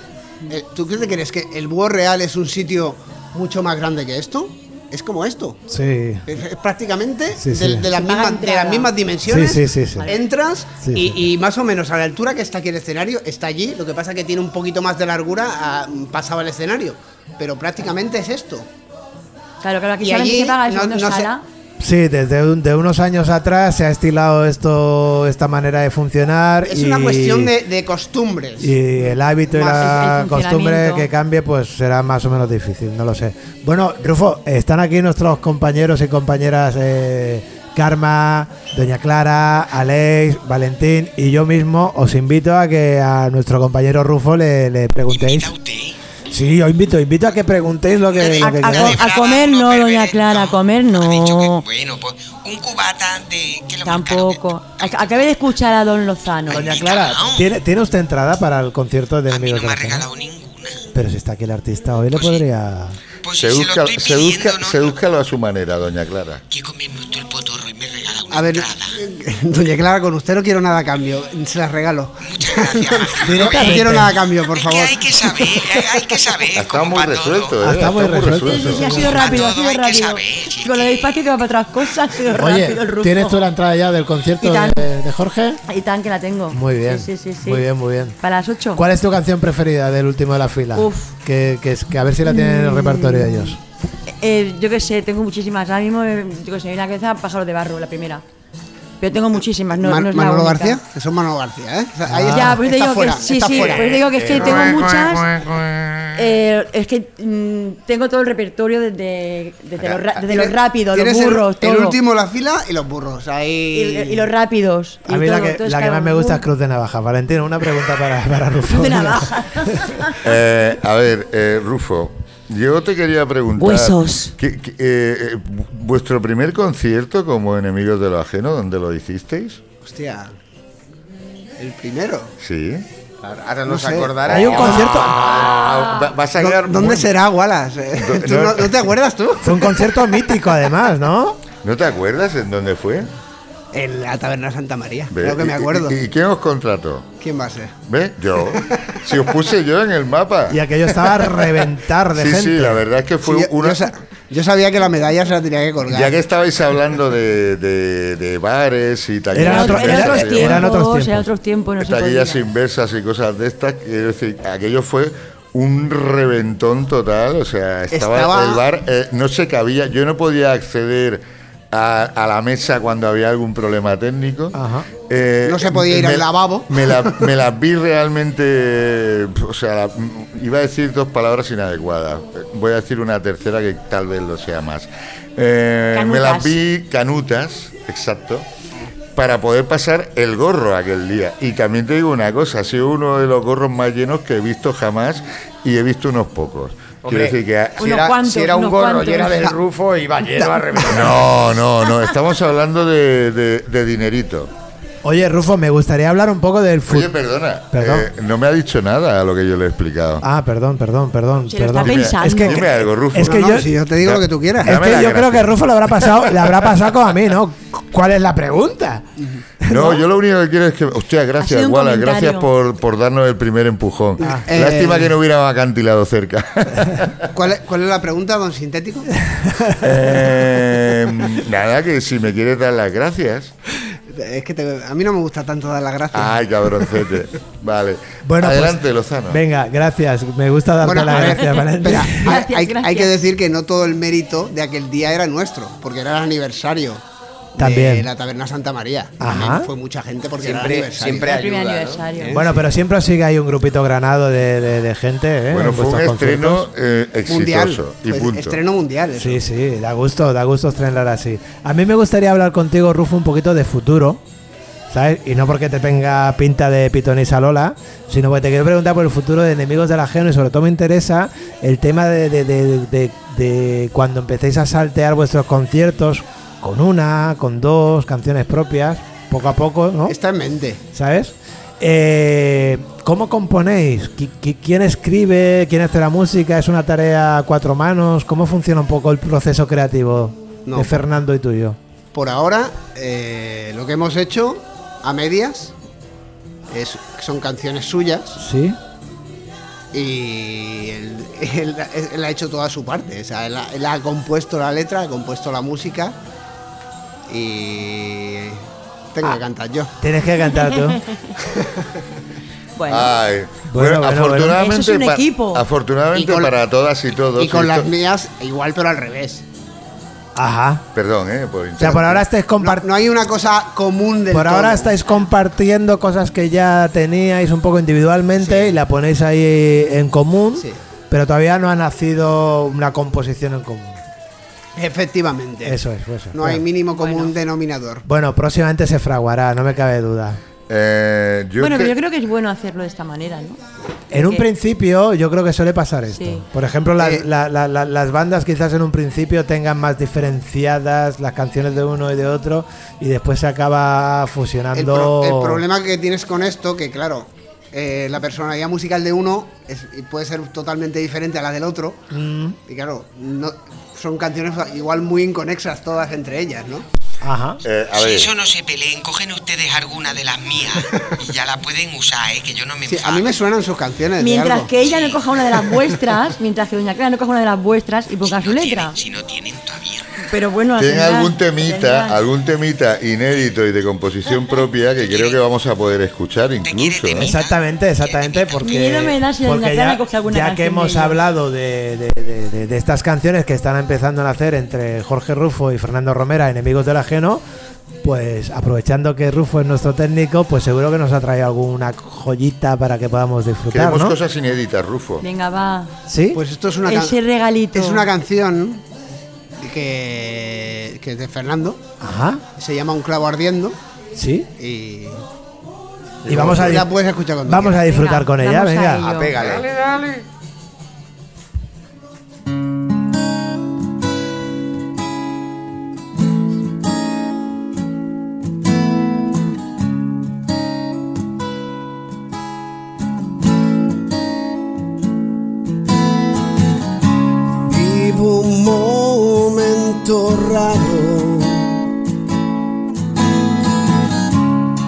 eh, ¿tú qué te crees que el Búho Real es un sitio mucho más grande que esto? Es como esto. sí. Es, es prácticamente Sí, sí. del- De, las Se paga mismas, de las entrada. mismas dimensiones. Sí, sí, sí, sí. Entras Sí, y, sí. y más o menos a la altura que está aquí el escenario, está allí. Lo que pasa que tiene un poquito más de largura ah, pasado el escenario. Pero prácticamente es esto. Claro, claro, aquí Y solamente allí se paga no- eso, no, no se- sala. Sí, desde un- de unos años atrás se ha estilado esto, esta manera de funcionar. Es y- una cuestión de, de costumbres. Y el hábito y Más el- la el costumbre funcionamiento. que cambie, pues será más o menos difícil, no lo sé. Bueno, Rufo, están aquí nuestros compañeros y compañeras eh, Karma, Doña Clara, Alex, Valentín y yo mismo. Os invito a que a nuestro compañero Rufo le, le preguntéis. Invita usted. Sí, yo invito, invito a que preguntéis lo que, lo que A- a- queráis. a comer no, doña Berenzo. Clara, a comer no. Ha dicho que, bueno, pues un cubata de... que lo más caro que- Tampoco. Ac- Acabé de escuchar a Don Lozano. Doña Doña Clara, ¿tiene, ¿tiene usted entrada para el concierto de A mí Amigos no de me ha la Zona? regalado ninguna. Pero si está aquí el artista hoy, le Pues sí. podría... Pues si se Seduzca- lo estoy pidiendo, seduzca- ¿no? Sedúzcalo a su manera, doña Clara. Quiero comerme usted el potorro y me regala una A ver, entrada. doña Clara, con usted no quiero nada a cambio. Se las regalo. Muchas gracias. maja. No Directamente. quiero nada a cambio, por es favor. que hay que saber, hay- hay que saber. Está como muy para todo. resuelto, ¿eh? Ah, está muy resuelto. Sí, sí, sí, ha sido Para rápido, ha todo sido hay que rápido. saber, si es Con lo que- despacio que va para otras cosas, ha sido rápido el Oye, Rufo. ¿tienes tú la entrada ya del concierto Y tan- de- de Jorge? Y tan que la tengo. Muy bien. Sí, sí, sí, sí. Muy bien, muy bien. Para las 8. ¿Cuál es tu canción preferida del último de la fila? Uf. Mm. Que, que, es- que a ver si la tienen en el repertorio ellos. eh, yo qué sé, tengo muchísimas. Ahora mismo, eh, yo qué sé, en la cabeza Pájaro de Barro, la primera. Pero tengo muchísimas, no, Man- no es la Manolo única. García, eso es Manolo García, ¿eh? O sea, ahí Ah. está, Ya, pues te está digo fuera, que sí, está sí, fuera. pues te digo que es Eh, que tengo muchas. Eh, es que mm, tengo todo el repertorio desde, desde, lo, ra- desde lo Tienes- rápido, los tienes el- burros, el, todo. último en la fila y los burros. y, Ahí. y los rápidos. y A mí la todo, que, entonces, la que claro, más me gusta es uh, Cruz de Navaja. Valentino, una pregunta para, para Rufo. Cruz de navaja. Eh, a ver, eh, Rufo, yo te quería preguntar. Huesos. ¿qué- qué- eh, eh, vu- ¿Vuestro primer concierto como Enemigos de lo Ajeno, dónde lo hicisteis? Hostia. El primero. Sí. Ahora No nos sé. acordará. Hay un Ah. concierto. Ah. Va- vas a quedar ¿Dó- ¿Dónde muy- será, Wallace? Do- ¿Tú no, no te acuerdas tú? Fue un concierto mítico, además, ¿no? ¿No te acuerdas en dónde fue? En la taberna Santa María. Ve, Creo que y- me acuerdo. ¿Y, y quién os contrató? ¿Quién va a ser? ¿Ve? Yo. Si os puse yo en el mapa. Y aquello estaba a reventar de sí, gente. sí, la verdad es que fue Sí, yo, una. yo sa- yo sabía que la medalla se la tenía que colgar. Ya que estabais hablando de, de- de bares y taquillas Eran otro- inversas, y era- otros demás, tiempos. eran otros tiempos. eran otros tiempos, no se taquillas podía. inversas y cosas de estas, quiero decir, aquello fue un reventón total, o sea, estaba, Estaba- el bar, eh, no se cabía, yo no podía acceder a, a la mesa cuando había algún problema técnico. Ajá. Eh, No se podía ir al me- lavabo. Me la, me la vi realmente, o sea, la- iba a decir dos palabras inadecuadas, voy a decir una tercera que tal vez lo sea más. Eh, me las Canutas. vi canutas, exacto, para poder pasar el gorro aquel día. Y también te digo una cosa, ha sido uno de los gorros más llenos que he visto jamás y he visto unos pocos. Quiero Hombre, decir que... ha- si, Unos era, cuantos, si era un unos gorro cuantos. y era del rufo, iba lleno a reventar. No, no, no, estamos hablando de, de- de dinerito. Oye, Rufo, me gustaría hablar un poco Oye, del fútbol. perdona, Perdón. eh, no me ha dicho nada a lo que yo le he explicado. Ah, perdón, perdón, perdón. Se lo perdón. está pensando. Es que, Dime algo, Rufo. es que No, no, yo, si yo te digo Ya. lo que tú quieras. es Dame la que yo gracia. creo que Rufo le habrá pasado, le habrá pasado como a mí, ¿no? ¿Cuál es la pregunta? No, yo lo único que quiero es que. Hostia, Ha gracias, sido un Wallace, comentario. gracias por, por darnos el primer empujón. Ah. Eh, Lástima que no hubiera un acantilado cerca. ¿Cuál, es, cuál es la pregunta, don Sintético? Eh, nada, que si me quieres dar las gracias. Es que te- a mí no me gusta tanto dar las gracias. Ay, cabroncete. Vale. Bueno, pues, Adelante, Lozano. Venga, gracias. Me gusta darte Bueno, las a ver, gracias, Valentín. espera, hay- Gracias, hay, gracias. hay que decir que no todo el mérito de aquel día era nuestro, porque era el aniversario. También. de la Taberna Santa María. Ajá. También fue mucha gente porque era el Siempre- aniversario. siempre El primer ayuda, ¿no? aniversario. ¿Eh? Bueno, pero siempre sigue hay un grupito granado de, de- de gente. ¿eh? bueno, en fue un vuestros estreno conciertos. eh, mundial. exitoso y Pues, punto. estreno mundial. eso. Sí, sí, da gusto, da gusto estrenar así. A mí me gustaría hablar contigo, Rufo, un poquito de futuro. ¿Sabes? Y no porque te tenga pinta de pitonisa Lola, sino porque te quiero preguntar por el futuro de Enemigos del Ajeno y sobre todo me interesa el tema de, de- de- de- de cuando empecéis a saltear vuestros conciertos con una, con dos canciones propias, poco a poco, ¿no? Está en mente. ¿sabes? Eh, ¿Cómo componéis? ¿Qui- qui- ¿Quién escribe? ¿Quién hace la música? ¿Es una tarea a cuatro manos? ¿Cómo funciona un poco el proceso creativo No. de Fernando y tuyo? Por ahora, eh, lo que hemos hecho a medias es, son canciones suyas ¿Sí? y él, él- él ha hecho toda su parte. O sea, él, ha- él ha compuesto la letra, ha compuesto la música y tengo que cantar yo. Ah. Tienes que cantar tú. Bueno, Ay. Bueno, Bueno, bueno, afortunadamente, Eso es un pa- equipo. afortunadamente Y con- para todas y todos. Y con esto- las mías igual, pero al revés. Ajá. Perdón, ¿eh? Por O sea, por ahora estáis, No, compar- no hay una cosa común del por ahora todo. estáis compartiendo cosas que ya teníais un poco individualmente Sí. y la ponéis ahí en común, Sí. pero todavía no ha nacido una composición en común. Efectivamente. Eso es, eso es. No hay Bueno. mínimo común denominador. Bueno, próximamente se fraguará, no me cabe duda. Eh, yo bueno cre- pero yo creo que es bueno hacerlo de esta manera, ¿no? En un Porque- principio yo creo que suele pasar esto. Sí. Por ejemplo, las, Eh, la- la- la- las bandas quizás en un principio tengan más diferenciadas las canciones de uno y de otro y después se acaba fusionando. El, pro- el problema que tienes con esto, que claro, eh, la personalidad musical de uno es- puede ser totalmente diferente a la del otro. Mm. Y claro, no, son canciones igual muy inconexas todas entre ellas, ¿no? Ajá. eh, a Si ver, eso no se peleen, cogen ustedes alguna de las mías y ya la pueden usar, ¿eh? que yo no me Sí, enfado. a mí me suenan sus canciones. de Mientras algo. que ella no coja una de las vuestras, mientras que Doña Clara no coja una de las vuestras y Si ponga no su letra. Tienen, si no tienen todavía. Pero bueno, al tienen final- algún temita, al final- algún temita inédito y de composición propia que creo que vamos a poder escuchar incluso. ¿eh? Exactamente, eh, exactamente, porque, Miedo me da si la porque Inglaterra ya, coge alguna ya canción que de hemos ellos. hablado de, de- de- de- de estas canciones que están empezando a nacer entre Jorge Rufo y Fernando Romera, enemigos del ajeno, pues aprovechando que Rufo es nuestro técnico, pues seguro que nos ha traído alguna joyita para que podamos disfrutar, Queremos ¿no? cosas inéditas, Rufo. Venga, va. ¿Sí? Pues esto es una can- Ese regalito. Es una canción que, que es de Fernando. Ajá, Se llama Un clavo ardiendo. sí. Y, Y vamos a, la puedes escuchar cuando vamos a quieras. disfrutar Venga, con ella, vamos a venga. ello. Ah, pégale. Vivo un momento raro.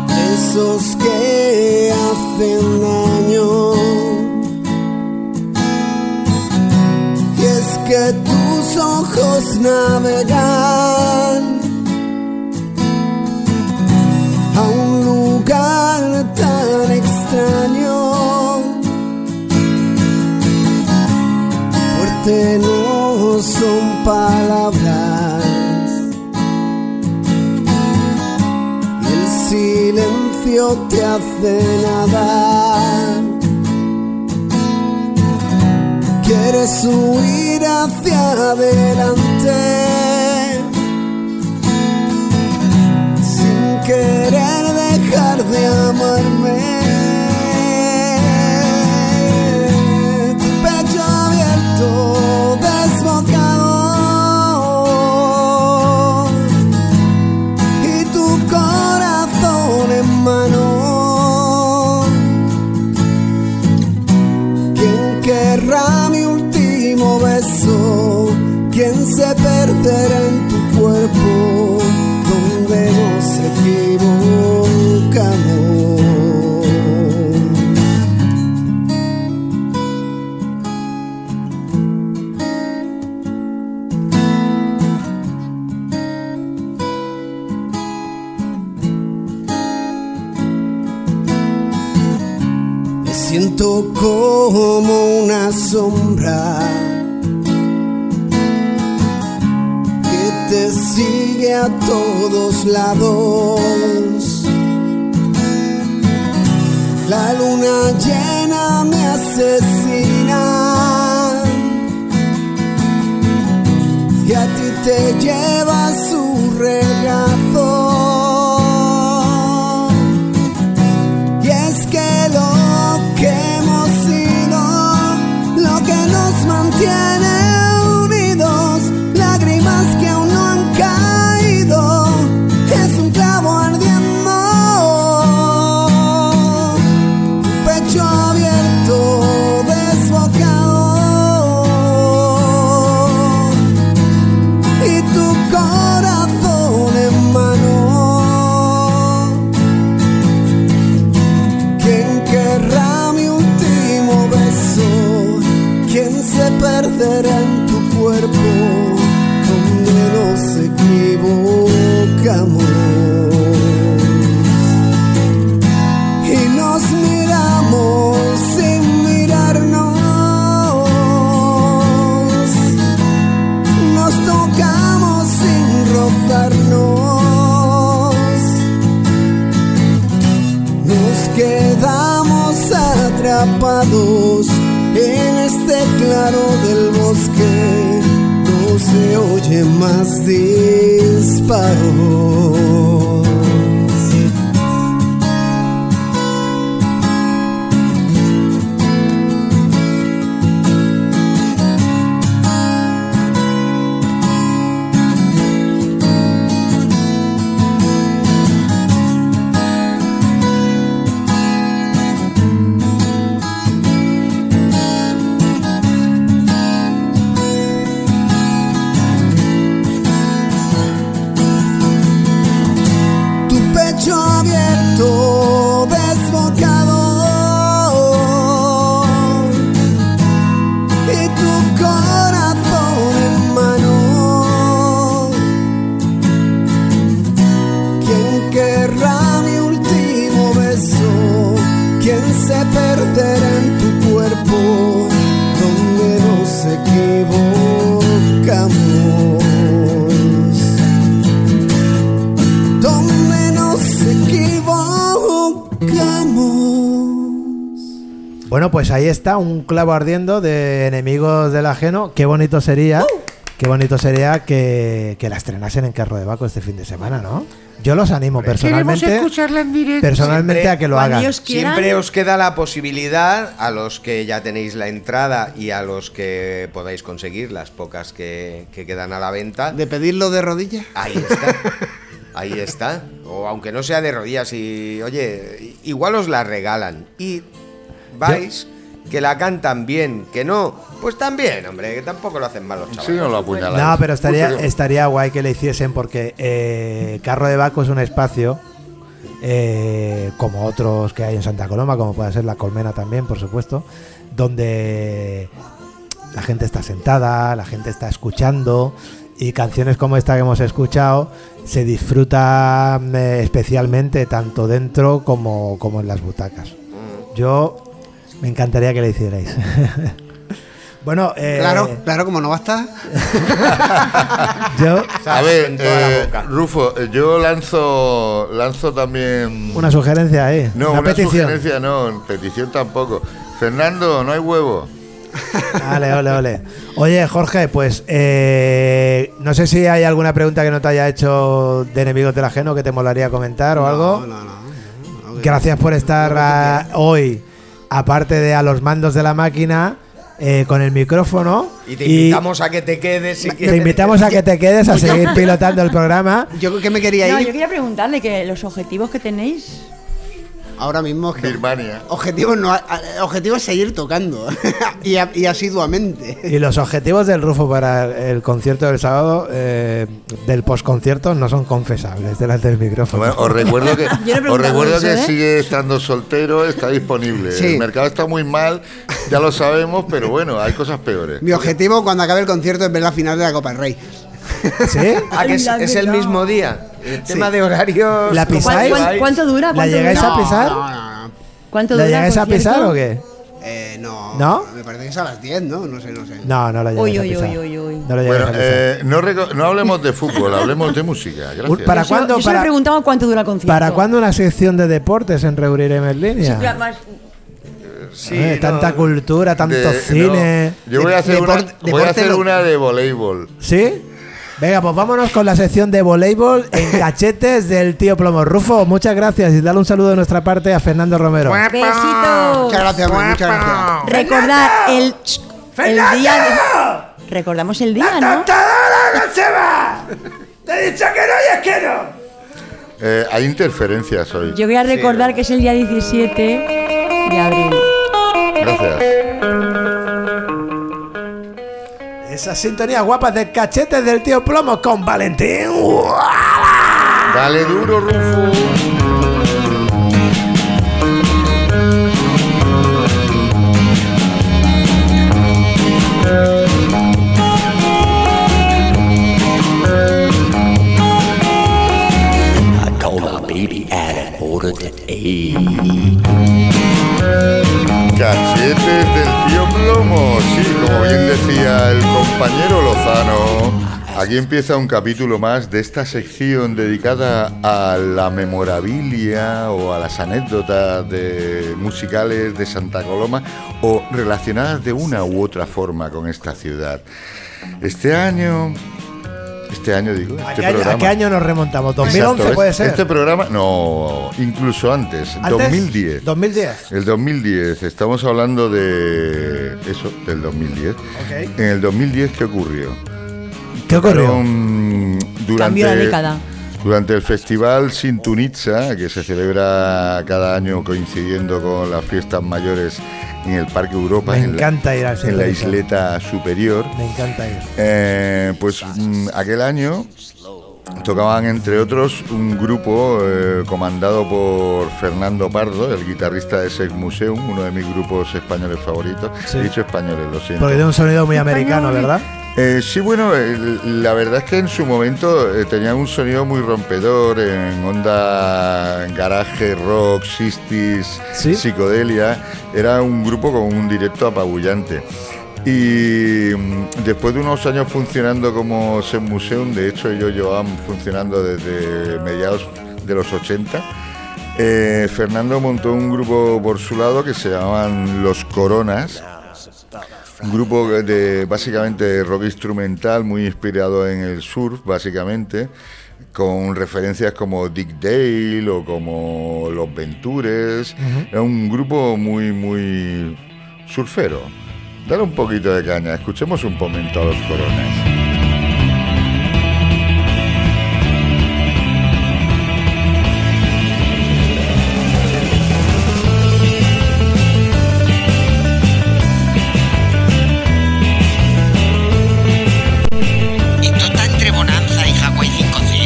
de Esos que hacen daño. Y es que tus ojos navegan a un lugar tan extraño. fuerte no son palabras. Y el silencio te hace nada. Quieres huir hacia adelante. Sin querer dejar de amarme. Tu pecho abierto, desbocado. Y tu corazón en mano. ¿Quién querrá mi último beso? ¿Quién se perderá en tu cuerpo? Donde nos equivocamos. Me siento como una sombra que te sigue. sigue a todos lados. La luna llena me asesina y a ti te lleva su regazo. Y es que lo que hemos sido, lo que nos mantiene unidos, lágrimas que aún no han caído, es un clavo ardiendo pecho abierto, desbocado y tu corazón en mano. ¿Quién querrá mi último beso? ¿Quién se perderá en tu cuerpo donde nos equivocamos? y nos miramos sin mirarnos. Nos tocamos sin rozarnos. Nos quedamos atrapados en este claro del bosque. No se oye más disparos. tu pecho abierto, desbocado. Y tu corazón en mano. ¿Quién querrá mi último beso? ¿Quién se perderá en tu cuerpo? Donde nos equivocamos donde nos equivocamos. Bueno, pues ahí está un clavo ardiendo de enemigos del ajeno. Qué bonito sería, ¡Uh! qué bonito sería que, que la estrenasen en Carro de Baco este fin de semana, ¿no? Yo los animo personalmente. Personalmente Siempre. a que lo Cuando hagan. ellos quieran. Siempre os queda la posibilidad, a los que ya tenéis la entrada y a los que podáis conseguir las pocas que, que quedan a la venta. De pedirlo de rodillas. Ahí está. Ahí está. O aunque no sea de rodillas y, oye, igual os la regalan. Y vais, que la cantan bien, que no, pues también, hombre, que tampoco lo hacen mal los Sí, no chavales. lo apuñaláis. No, pero estaría, Porque- estaría guay que le hiciesen porque eh, Carro de Baco es un espacio eh, como otros que hay en Santa Coloma, como puede ser La Colmena también, por supuesto, donde la gente está sentada, la gente está escuchando y canciones como esta que hemos escuchado se disfrutan eh, especialmente tanto dentro como, como en las butacas. Yo me encantaría que le hicierais. bueno, eh, Claro, claro, como no basta. yo... A ver, en toda eh, la boca. Rufo, eh, yo lanzo, lanzo también. Una sugerencia ahí. no, una, una petición. sugerencia no, petición tampoco. Fernando, no hay huevo. Vale, ole, ole. Oye, Jorge, pues eh, no sé si hay alguna pregunta que no te haya hecho de enemigos del ajeno que te molaría comentar o algo. No, no, no, no, no. Gracias por estar ah, hoy, aparte de a los mandos de la máquina, eh, con el micrófono. Y te invitamos a que te quedes si te quieres. invitamos a que te quedes a seguir pilotando el programa. Yo creo que me quería No, ir yo quería preguntarle que los objetivos que tenéis. ahora mismo. es que- Birmania. Objetivo, no, a- objetivo es seguir tocando y, a- y asiduamente. Y los objetivos del Rufo para el concierto del sábado, eh, del posconcierto, no son confesables delante del micrófono. Bueno, os recuerdo que, he preguntado os recuerdo eso, que ¿eh? sigue estando soltero, está disponible. Sí. El mercado está muy mal, ya lo sabemos, pero bueno, hay cosas peores. Mi objetivo cuando acabe el concierto es ver la final de la Copa del Rey. ¿Sí? Ah, que es, Ay, la es el verdad. mismo día. El tema de horarios. La ¿cómo pisáis? ¿Cuán- vais? cuán- ¿Cuánto dura? ¿La ¿Cuánto llegáis dura? a No, pisar? no, no, no. ¿Cuánto ¿La dura el llegáis a concierto? pisar o qué? Eh, Eh, no. ¿No? Me parece que es a las 10, ¿no? No sé, no sé. No, no lo lleves Uy, a uy, pisar. uy, uy, uy. No lo lleves Bueno, a pisar. eh, no, reco- no hablemos de fútbol, hablemos de música. Gracias. para- Yo- cuándo? Yo, solo Para- preguntaba cuánto dura el concierto. ¿Para cuándo una sección de deportes en Reubriremos en Sí, línea? dura más- Sí, Eh, tanta no, cultura, tanto De- no, cine. yo voy a De- hacer, una, voy deporte- a deporte hacer lo- una de voleibol. ¿Sí? Venga, pues vámonos con la sección de voleibol en cachetes del tío Plomo. Rufo, muchas gracias y dale un saludo de nuestra parte a Fernando Romero. Besitos. Muchas gracias, hombre, muchas gracias. Recordar el, el día. de- recordamos el día, ¿no? Eh, hay interferencias hoy. Yo voy a recordar que es el día 17 de abril. Gracias. Esas sintonías guapas de cachetes del tío Plomo con Valentín. Dale duro, Rufo. I called my baby at an order to eight. Cachetes del tío Plomo. Sí, como bien decía el compañero Lozano. Aquí empieza un capítulo más de esta sección dedicada a la memorabilia o a las anécdotas de musicales de Santa Coloma o relacionadas de una u otra forma con esta ciudad. Este año, este año digo, este ¿A qué, año, programa. a qué año nos remontamos? ¿2011 Exacto, ¿ves? puede ser? Este programa, no, incluso antes, ¿Antes? 2010. 2010. El 2010, estamos hablando de eso, del 2010. En el 2010, ¿qué ocurrió? ¿Qué ocurrió? Fueron, mm, durante, Cambió la década. Durante el festival Sintunitza, que se celebra cada año coincidiendo con las fiestas mayores en el Parque Europa, Me en, la- encanta ir al en la Sintunitza. isleta superior, Me encanta ir. eh, pues mm, aquel año tocaban entre otros un grupo eh, comandado por Fernando Pardo, el guitarrista de Sex Museum, uno de mis grupos españoles favoritos. Sí. He dicho españoles, lo siento. Porque tiene un sonido muy americano, ¿verdad? Eh, sí, bueno, el- la verdad es que en su momento eh, tenía un sonido muy rompedor en onda garaje, rock, sistis, ¿Sí? psicodelia. Era un grupo con un directo apabullante. Y mm, después de unos años funcionando como Sen Museum, de hecho ellos llevaban funcionando desde mediados de los 80, eh, Fernando montó un grupo por su lado que se llamaban Los Coronas. Un grupo de básicamente rock instrumental, muy inspirado en el surf, básicamente, con referencias como Dick Dale o como Los Ventures. Era un grupo muy, muy surfero. Dale un poquito de caña, escuchemos un momento a los coronas. Esto está entre Bonanza y Hawaii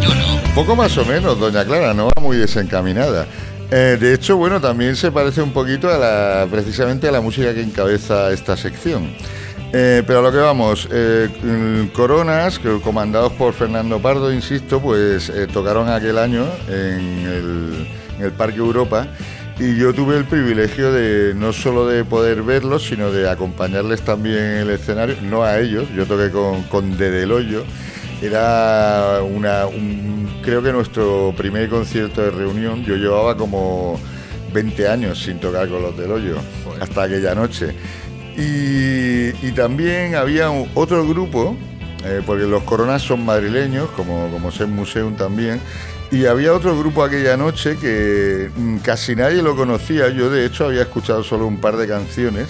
5-0, ¿no? Poco más o menos, doña Clara, no va muy desencaminada. Eh, de hecho, bueno, también se parece un poquito a la, precisamente a la música que encabeza esta sección. Eh, pero a lo que vamos, eh, mm, Coronas, que comandados por Fernando Pardo, insisto, pues eh, tocaron aquel año en el, en el Parque Europa y yo tuve el privilegio de no solo de poder verlos, sino de acompañarles también en el escenario, no a ellos, yo toqué con, con Dedeloyo, era una, un- creo que nuestro primer concierto de reunión, yo llevaba como 20 años sin tocar con los del hoyo, hasta aquella noche. Y, y también había un- otro grupo, eh, porque los coronas son madrileños, como, como es Museum también, y había otro grupo aquella noche que mm, casi nadie lo conocía, yo de hecho había escuchado solo un par de canciones,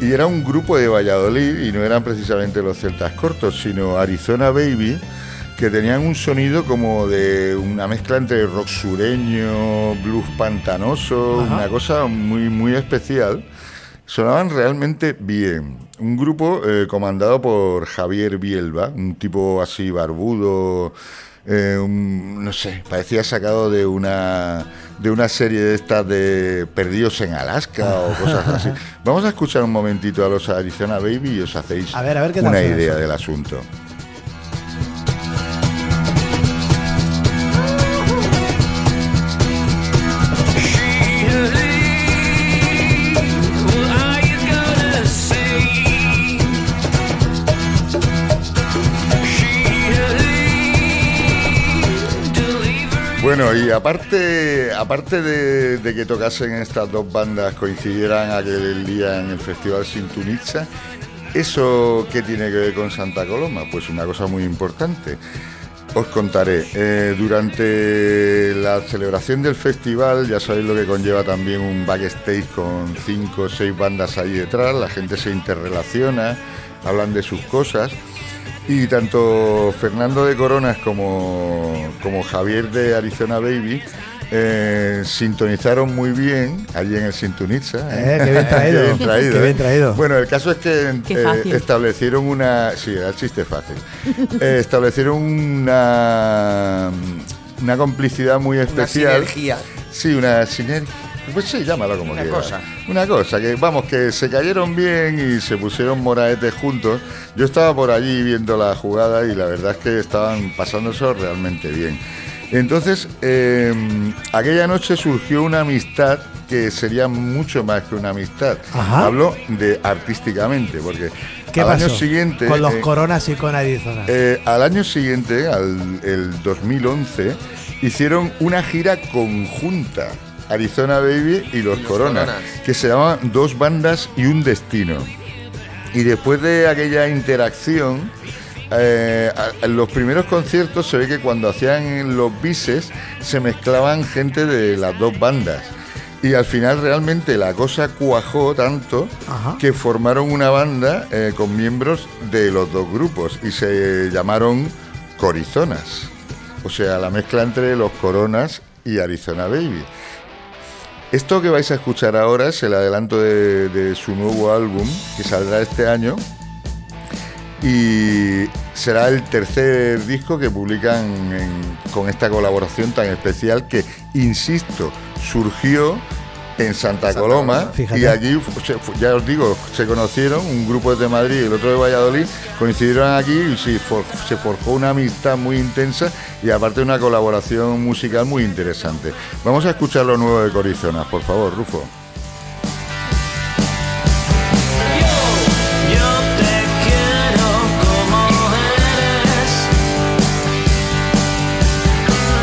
y era un grupo de Valladolid y no eran precisamente los celtas cortos, sino Arizona Baby, que tenían un sonido como de una mezcla entre rock sureño, blues pantanoso, una cosa muy, muy especial. Sonaban realmente bien. Un grupo eh, comandado por Javier Bielba, un tipo así barbudo, eh, un- no sé, parecía sacado de una, de una serie de estas de Perdidos en Alaska o cosas así. Vamos a escuchar un momentito a los Arizona Baby y os hacéis A ver, a ver qué tal una suena idea eso. del asunto. She leaves. Well, I Bueno, y aparte, aparte de, de que tocasen estas dos bandas, coincidieran aquel día en el Festival Sintunitza, ¿eso qué tiene que ver con Santa Coloma? Pues una cosa muy importante. Os contaré, Eh, durante la celebración del festival, ya sabéis lo que conlleva también un backstage con cinco o seis bandas ahí detrás, la gente se interrelaciona, hablan de sus cosas. Y tanto Fernando de Coronas como, como Javier de Arizona Baby eh, sintonizaron muy bien allí en el Sintonitza. Eh, qué bien traído, qué ¿eh? bien traído. Bueno, el caso es que Qué eh, fácil. establecieron una. Sí, era el chiste fácil. Eh, establecieron una. Una complicidad muy especial. sinergia. Sí, una sinergia. Pues sí, llámalo como Una quieras. cosa. Una cosa, que vamos, que se cayeron bien y se pusieron moraetes juntos. Yo estaba por allí viendo la jugada y la verdad es que estaban pasándose realmente bien. Entonces, eh, aquella noche surgió una amistad que sería mucho más que una amistad. Ajá. Hablo de artísticamente, porque ¿Qué al pasó? año siguiente. Con los eh, coronas y con Arizona. eh, al año siguiente, al el 2011, hicieron una gira conjunta. Arizona Baby y los, los Coronas, Coronas. que se llamaban Dos Bandas y un Destino. Y después de aquella interacción, eh, a- a los primeros conciertos se ve que cuando hacían los bises se mezclaban gente de las dos bandas. Y al final realmente la cosa cuajó tanto Ajá. que formaron una banda eh, con miembros de los dos grupos y se llamaron Corizonas. O sea, la mezcla entre los Coronas y Arizona Baby. Esto que vais a escuchar ahora es el adelanto de, de su nuevo álbum que saldrá este año y será el tercer disco que publican en- con esta colaboración tan especial que, insisto, surgió en Santa, Coloma Fíjate. y allí, fu- se- fu- ya os digo, se conocieron, un grupo es de Madrid y el otro de Valladolid, coincidieron aquí y se, for- se forjó una amistad muy intensa y aparte una colaboración musical muy interesante. Vamos a escuchar lo nuevo de Corizonas, por favor, Rufo. Yo te quiero como eres.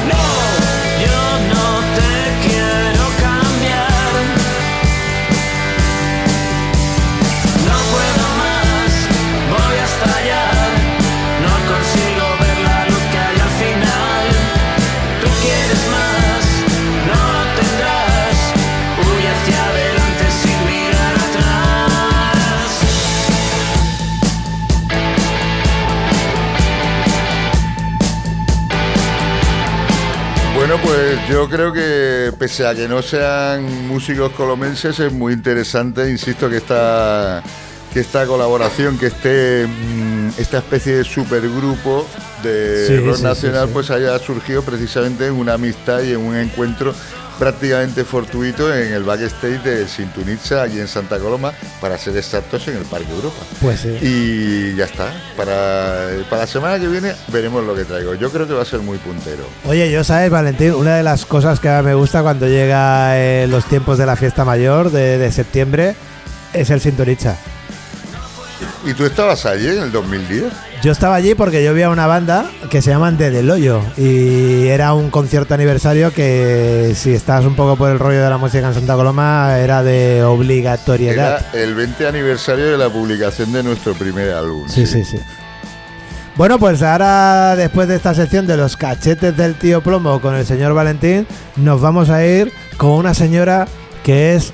No, yo no te quiero cambiar. No puedo más, voy a estallar. No consigo ver la luz que hay al final. Tú quieres más, no lo tendrás. Huye hacia adelante sin mirar atrás. Bueno, pues yo creo que pese a que no sean músicos colomenses, es muy interesante, insisto, que esta, que esta colaboración, que este, mm, esta especie de supergrupo de Sí, rock sí, sí, nacional, sí. pues haya surgido precisamente en una amistad y en un encuentro prácticamente fortuito en el backstage de Sintunitza, allí en Santa Coloma, para ser exactos, en el Parque Europa. Pues sí. Y ya está. Para, para la semana que viene veremos lo que traigo. Yo creo que va a ser muy puntero. Oye, yo sabes, Valentín, una de las cosas que más me gusta cuando llega eh, los tiempos de la fiesta mayor de, de septiembre es el Sintonicha. ¿Y tú estabas allí en el 2010? Yo estaba allí porque yo vi a una banda que se llaman Desde el Hoyo y era un concierto aniversario que si estás un poco por el rollo de la música en Santa Coloma era de obligatoriedad. Era el 20 aniversario de la publicación de nuestro primer álbum. Sí, sí, sí. Bueno, pues ahora después de esta sección de los cachetes del tío plomo con el señor Valentín, nos vamos a ir con una señora que es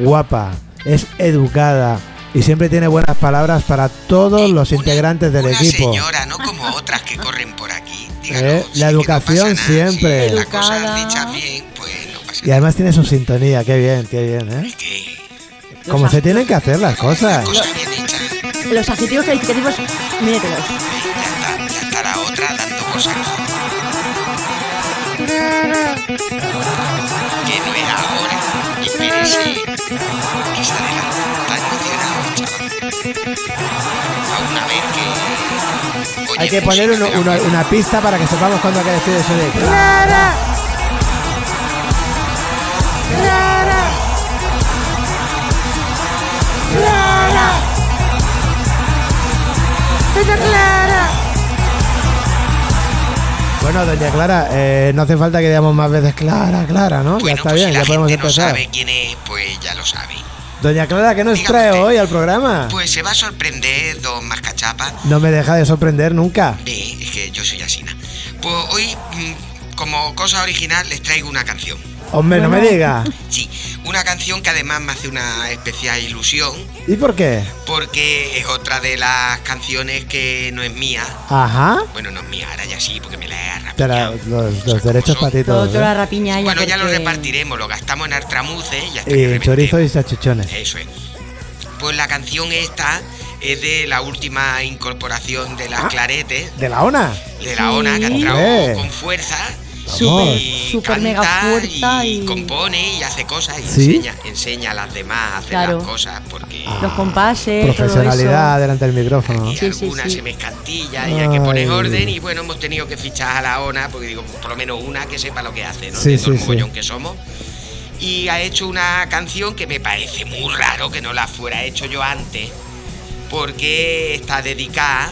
guapa, es educada y siempre tiene buenas palabras para todos Eh, los una- integrantes del una equipo. señora, no como otras que corren por aquí. Eh, Díganos, la educación siempre. las cosas Educada. dichas bien, pues no pasa Y además tiene su sintonía, qué bien, qué bien, ¿eh? nada. Que Como se tienen que hacer las cosas. cosa bien hecha. Los adjetivos calificativos, míretelos. Ya está, ya está la otra dando por saco. Que no es ahora. Espérese. Que se adelanta. Está emocionado, chaval. Aún a ver que. Oye, pues, Hay que poner música, uno- pero- una, una pista para que sepamos cuándo hay que decir eso de... Bueno, Bueno, doña Clara, eh, no hace falta que digamos más veces Clara, Clara, ¿no? ya Bueno, está pues bien, si la ya podemos gente no empezar. sabe quién es, pues ya lo sabe. Doña Clara, ¿qué nos Dígame trae usted. hoy al programa? Pues se va a sorprender Don Mascachapa. No me deja de sorprender nunca. Ve, es que yo soy asina. Pues hoy, mm, como cosa original, les traigo una canción. Hombre, no me diga. Sí, una canción que además me hace una especial ilusión ¿Y por qué? porque es otra de las canciones que no es mía. Ajá. Bueno, no es mía, ahora ya sí, porque me la he Te la- arrapiñado. los, los O sea, como derechos son. para ti Todo, todos. toda la ¿eh? rapiña ella, Bueno, ya lo porque- repartiremos, lo gastamos en artramuces y hasta que Y reventemos. Eh, chorizo y salchichones. Eso es. Pues la canción esta es de la última incorporación de las claretes, ¿De la ONA? de la ONA, que ha entrado Ah. Eh. con fuerza. Súper, y súper canta mega fuerza y, y- compone y hace cosas y ¿Sí? enseña, enseña a las demás a hacer Claro. las cosas porque Ah. Los compases, todo eso. Profesionalidad delante del micrófono. aquí Sí, sí, algunas sí. se me escantillan y hay que poner Ay. orden y bueno, hemos tenido que fichar a la ONA porque digo, por lo menos una que sepa lo que hace, ¿no? Sí, De sí, todo el sí. mogollón que somos. Y ha hecho una canción que me parece muy raro que no la fuera hecho yo antes porque está dedicada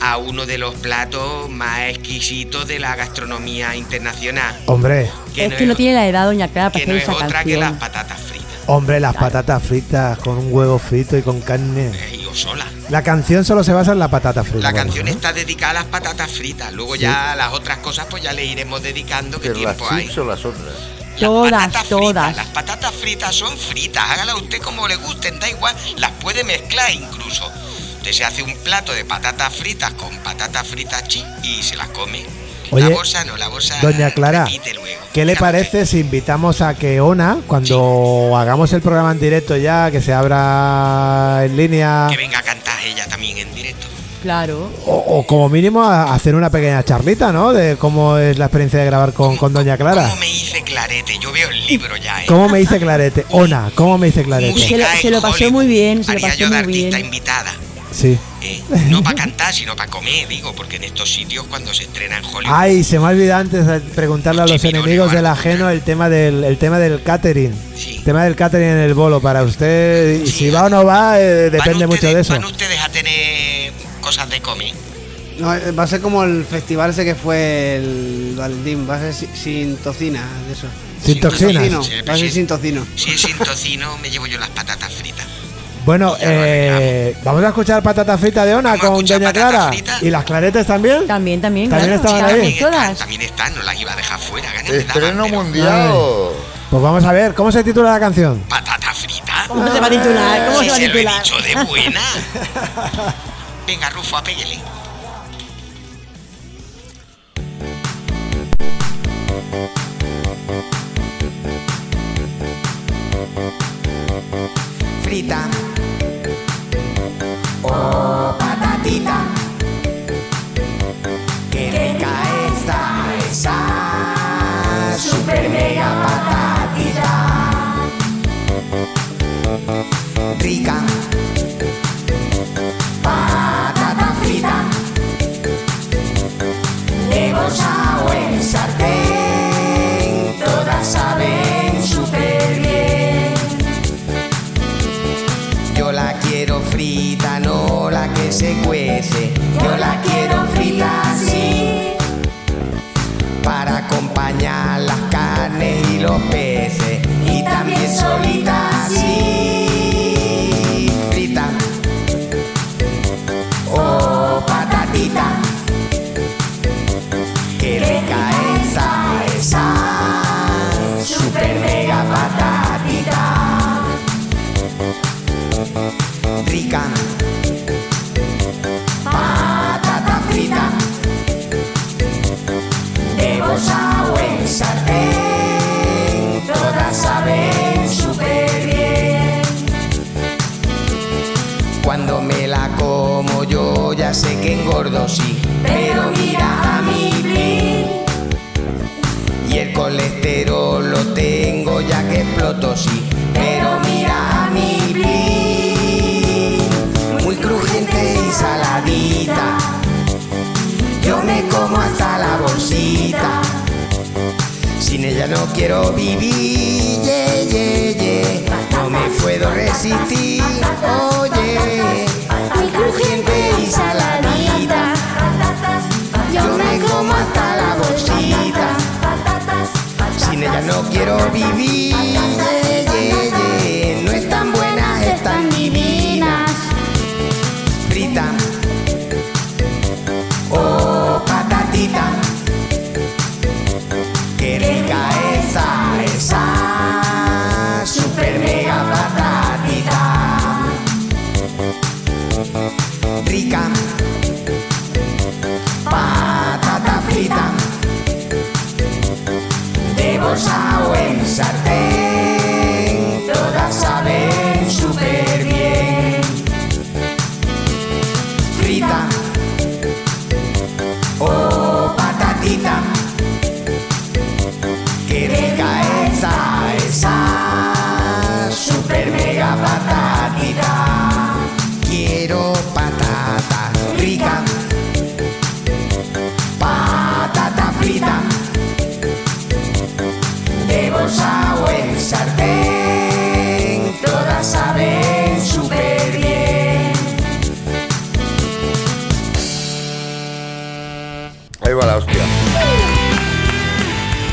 a uno de los platos más exquisitos de la gastronomía internacional. Hombre, Es que no tiene la edad, doña Clara, para que no hacer es esa otra que las canción. patatas fritas. hombre, las patatas fritas con un huevo frito y con carne. Eh, yo sola. La canción solo se basa en la patata frita. La vamos, canción ¿no? está dedicada a las patatas fritas. Luego ya las otras cosas pues ya le iremos dedicando qué Pero las tiempo hay. chips o las otras. Las Todas, patatas fritas, todas. las patatas fritas son fritas. Hágala usted como le gusten, da igual. Las puede mezclar incluso. Usted se hace un plato de patatas fritas con patatas fritas chi y se las come. la Oye, bolsa no, la bolsa Doña Clara, repite luego. ¿qué Dígame le usted. parece si invitamos a que ONA, cuando hagamos el programa en directo ya, que se abra en línea, Que venga a cantar ella también en directo. Claro. o, o como mínimo a hacer una pequeña charlita, ¿no? De cómo es la experiencia de grabar con, con Doña Clara. ¿Cómo me hice clarete? Yo veo el libro ya, ¿eh? ¿Cómo me dice Clarete? ONA, ¿cómo me dice Clarete? Música. Se lo- en se lo pasó Hollywood. muy bien, se lo Haría pasó yo de muy artista bien. invitada. Sí. ¿eh? No para cantar, sino para comer, digo, porque en estos sitios cuando se estrena en Hollywood. Ay, se me ha olvidado antes de preguntarle a los Chimirones, enemigos del vale. ajeno el tema del, el tema del catering. Sí. El tema del catering en el bolo para usted. y Sí, si va o no va, eh, ¿Van depende mucho ustedes- de eso. Van ustedes a tener cosas de comer. No, eh, va a ser como el festival ese que fue el Valentín, va a ser si- sin tocina, de eso. Sin toxinas. Tocino, Sí, va a ser sí. sin tocino. Si es sin tocino, me llevo yo las patatas fritas. Bueno, Ya lo eh, vamos a escuchar patata frita de Ona Vamos a con escuchar Doña patata Clara. frita. ¿Y las claretes también? También, también. También claro, estaban ahí. estaban están, todas. también están, no las iba a dejar fuera. ganas me daban, Estreno pero mundial. Pues vamos a ver, ¿cómo se titula la canción? Patata frita. ¿Cómo se va a titular? ¿Cómo Si se va a se lo he titular? dicho de buena. Venga, Rufo, apéguele. frita Oh, o patatita. Que rica está esa super mega patatita. Rica patata frita. De bolsa o en sartén, todas saben súper bien. Yo la quiero frita, no la que se cuece. Yo la quiero frita así. Para acompañar las carnes y los peces. Y también solita así. Frita. O Oh, patatita. Qué rica está esa. Super mega patatita rica. Patata frita, de bolsa o en Eh. sartén, todas saben súper bien. Cuando me la como yo ya sé que engordo, sí, pero mira a mi blin. Y el colesterol lo tengo ya que exploto, sí. Pero mira a mi blin, muy crujiente y saladita. Yo me como hasta la bolsita. Sin ella no quiero vivir, ye, ye, ye. no me puedo resistir, oye. Muy crujiente y saladita, yo me como hasta la bolsita. vivir. ye, ye, ye. No están buenas, están divinas. Frita. Oh, patatita. Qué rica esa, esa. Super mega patatita. Rica. Patata frita de bolsa o en sartén, todas saben súper bien. Frita o patatita, que rica esa, esa, súper mega patatita. Quiero patata rica, patata frita de bolsa o en sartén, todas saben súper bien. Ahí va la hostia.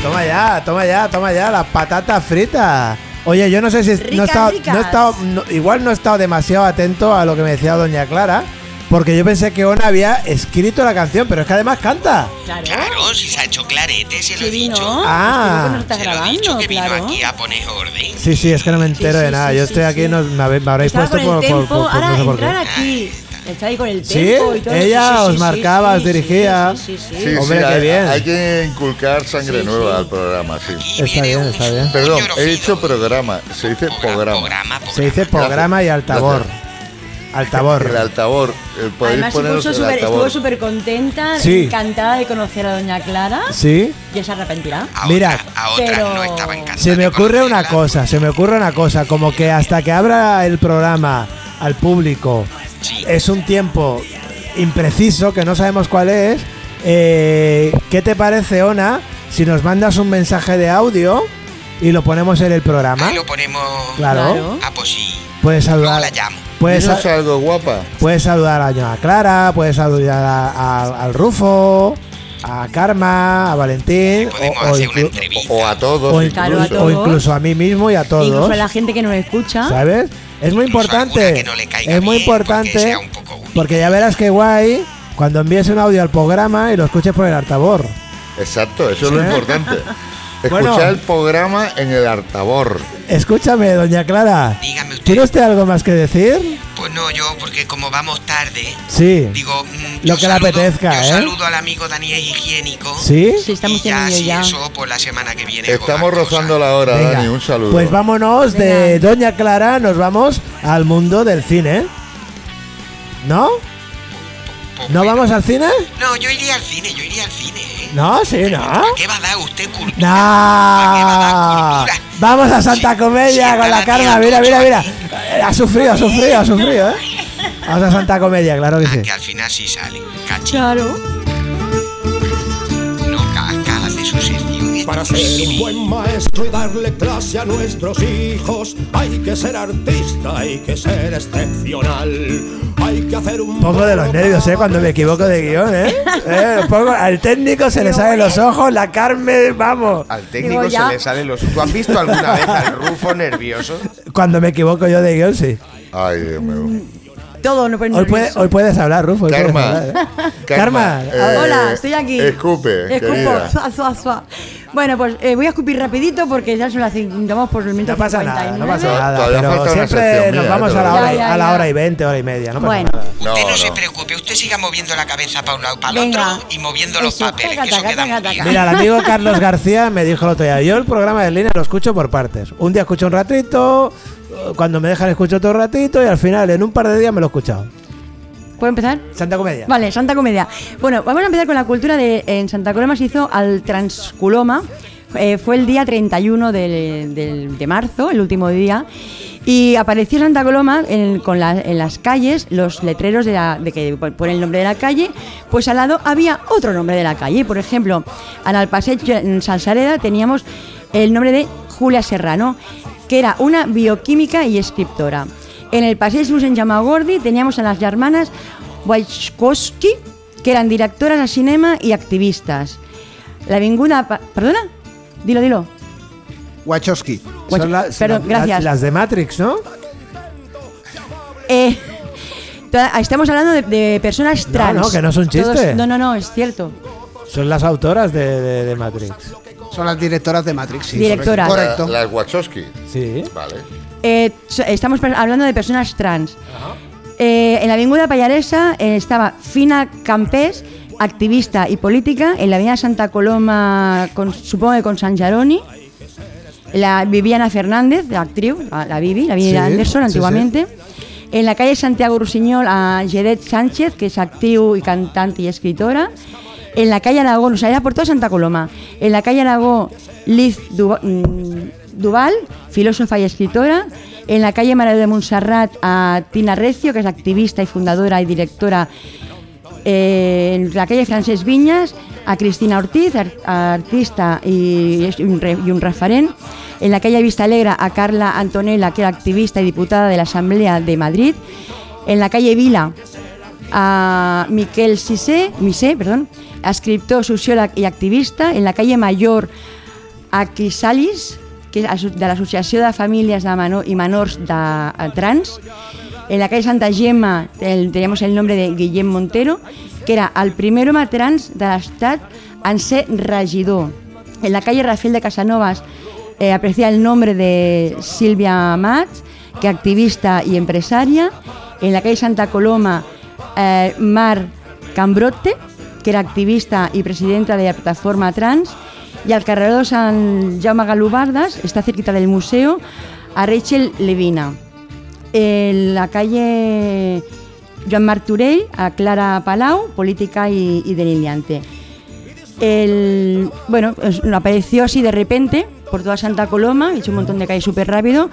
Toma ya, toma ya, toma ya, la patata frita. Oye, yo no sé si es- no he Ricas, estado, ricas. no he estado- no- igual no he estado demasiado atento a lo que me decía Doña Clara, porque yo pensé que Ona había escrito la canción, pero es que además canta. Claro. Claro, si se ha hecho clarete, se lo Que he vino. dicho. Ah. Estuvo que nos estás Se lo he dicho grabando, que vino claro. aquí a poner orden. Sí, sí, es que no me entero Sí, de sí, nada. sí, yo sí, estoy aquí, sí. no, me habéis- me habréis Estaba puesto con el por, tempo, por- por- por- ahora no sé por qué. entrar aquí. Está ahí con el Sí, tempo y todo. ella os marcaba, os sí, dirigía. Sí, sí, sí. Sí, Hombre, sí, qué hay, bien. hay que inculcar sangre Sí, nueva sí. al programa, sí. Aquí Está viene bien, un- está bien. un Perdón, he llorofino. dicho programa, se dice programa. Programa, Se dice programa. programa y altavor. Gracias. El Altavor. altavoz, eh, podéis Además, se poneros puso el súper- altavoz. estuvo súper contenta, Sí. encantada de conocer a Doña Clara. ¿Sí? Ya se arrepentirá. A Mira, otra- a otras pero- no estaba encantada. Se me de ocurre una conocerla. cosa, se me ocurre una cosa, como que hasta que abra el programa al público Sí. es un tiempo impreciso que no sabemos cuál es. eh, ¿Qué te parece, Ona, si nos mandas un mensaje de audio y lo ponemos en el programa? Ahí lo ponemos. Claro. Claro. Ah, pues sí. Puedes Luego saludar. la llamo. Puedes, Dinos sa- algo guapa. puedes saludar a Ñoa Clara, puedes saludar a- a- al Rufo, a Karma, a Valentín. Podemos o- o hacer una inclu- entrevista. O a todos, o incluso. Claro, a incluso, o incluso a mí mismo y a todos. Incluso a la gente que no escucha. ¿Sabes? Es muy Incluso alguna importante. que no le caiga es muy bien, importante. porque sea un poco única. porque ya verás que guay cuando envíes un audio al programa y lo escuches por el altavoz. Exacto, eso es lo ¿Eh? importante. Escuchar Bueno. el programa en el altavoz. Escúchame, doña Clara. Dígame usted. ¿Tiene usted algo más que decir? Pues no, yo, porque como vamos tarde, Sí. digo. mm, Lo yo que le apetezca, yo ¿eh? saludo al amigo Daniel Higiénico. ¿Sí? Sí, estamos Oh, y ya, teniendo si ya. eso, pues. por la semana que viene. hago Estamos más rozando cosas. la hora, Venga. Dani. Un saludo. Pues vámonos de Venga. doña Clara, nos vamos al mundo del cine. ¿No? Pues ¿No bueno. vamos al cine? No, yo iría al cine, yo iría al cine, ¿eh? No, sí, no. ¿Para qué va a dar usted cultura? No. ¿Para qué va a dar cultura? Vamos a Santa Si- Comedia si con la está tía Carla. Mira, mira, Tocho mira. aquí, Eh, Ha sufrido, ha sufrido, ha sufrido, ¿eh? Vamos a Santa Comedia, claro que sí. Ah, Que al final sí sale. Cachi. Claro. No, Casca hace su sección. esto Para es ser un vivir. buen maestro y darle clase a nuestros hijos, hay que ser artista, hay que ser excepcional. Hay que hacer un Un poco de los poco nervios, ¿eh? para Cuando me equivoco de guión, ¿eh? Eh, un poco- al técnico se le salen los ojos, la Carmen, vamos. Al técnico eh. Digo, se ya. le salen los. ¿Tú has visto alguna vez al Rufo nervioso? Cuando me equivoco yo de guión, sí. Ay, Dios mío. Todo no pone Hoy, puede- hoy puedes hablar, Rufo. hoy Ah. puedes hablar, Karma. ¿eh? Karma. eh, Ah, Hola, estoy aquí. Escupe, Escupo. querida. Suá, suá, suá. Bueno, pues eh, voy a escupir rapidito porque ya son las 5. Vamos por el minuto No pasa nada, no 59. pasa Todavía nada. falta Pero una siempre sección nos mía, vamos a la, todavía. hora, y- Ya, ya, a la ya. hora y 20, hora y media. No pasa Bueno. nada. Usted no, No, se no. preocupe, usted siga moviendo la cabeza para un lado para el Venga. otro y moviendo los Eso, papeles, que taca, eso queda taca, muy taca, bien. Mira, el amigo Carlos García me dijo el otro día, yo el programa de línea lo escucho por partes. Un día escucho un ratito, cuando me dejan escucho otro ratito y al final en un par de días me lo he escuchado. ¿Puedo empezar? Santa Comedia. Vale, Santa Comedia. Bueno, vamos a empezar con la cultura de. En Santa Coloma se hizo al Transculoma. Eh, fue el día 31 del- del- de marzo, el último día. Y apareció Santa Coloma en, con la- en las calles, los letreros de, la- de que pone el nombre de la calle, pues al lado había otro nombre de la calle. Por ejemplo, en Alpasecho, en Salsareda, teníamos el nombre de Julia Serrano, que era una bioquímica y escritora. En el Paseo Sus en Llamagordi teníamos a las hermanas Wojcikowski, que eran directoras de cinema y activistes. La vinguda... Pa perdona? Dilo, dilo. Wachowski. Bueno, Son las- perdón, la- gracias. Las de Matrix, ¿no? Eh, toda- estamos hablando de, de personas No, trans. no, que no es un Todos- chiste. no, no, no, es cierto. Son las autoras de, de- de Matrix. Son las directoras de Matrix. sí. Directora. Correcto. La- Las Wachowski. Sí. Vale. Eh, so- estamos per- hablando de personas trans. Eh, en la avenida Pallaresa eh, estaba Fina Campés, activista y política, en la avenida Santa Coloma, con, supongo que con San Jaroni. La Viviana Fernández, la actriz, la, la Vivi, la Vivi Sí, Anderson sí, antiguamente. En la calle Santiago Rusiñol a Jedet Sánchez, que es actriz y cantante y escritora. En la calle Aragón, o sea, era por toda Santa Coloma. En la calle Aragón, Liz Duva- mm, Duval, filósofa y escritora. En la calle María de Montserrat a Tina Recio, que es activista y fundadora y directora eh, en la calle Francesc Viñas, a Cristina Ortiz, ar- artista y, es un, re- y un referent. En la calle Vista Alegra a Carla Antonella, que era activista y diputada de la Asamblea de Madrid. En la calle Vila a Miquel Sisé, Misé, perdón, a escriptor, socióleg i activista. En la calle Mayor a Crisalis, que és aso- de l'Associació de Famílies de Menor i Menors de eh, Trans. En la calle Santa Gemma el, teníamos el nombre de Guillem Montero, que era el primer home trans de l'estat en ser regidor. En la calle Rafael de Casanovas eh, aprecia el nombre de Silvia Mats, que activista y empresaria. En la calle Santa Coloma, eh, Mar Cambrote, que era activista y presidenta de la plataforma trans. Y al carreró San Jaume Galubardas, está cerquita del museo, a Rachel Levina en la calle Joan Marturell a Clara Palau, política y, y delineante. El, bueno, es- apareció así de repente por toda Santa Coloma, he hecho un montón de calles súper rápido,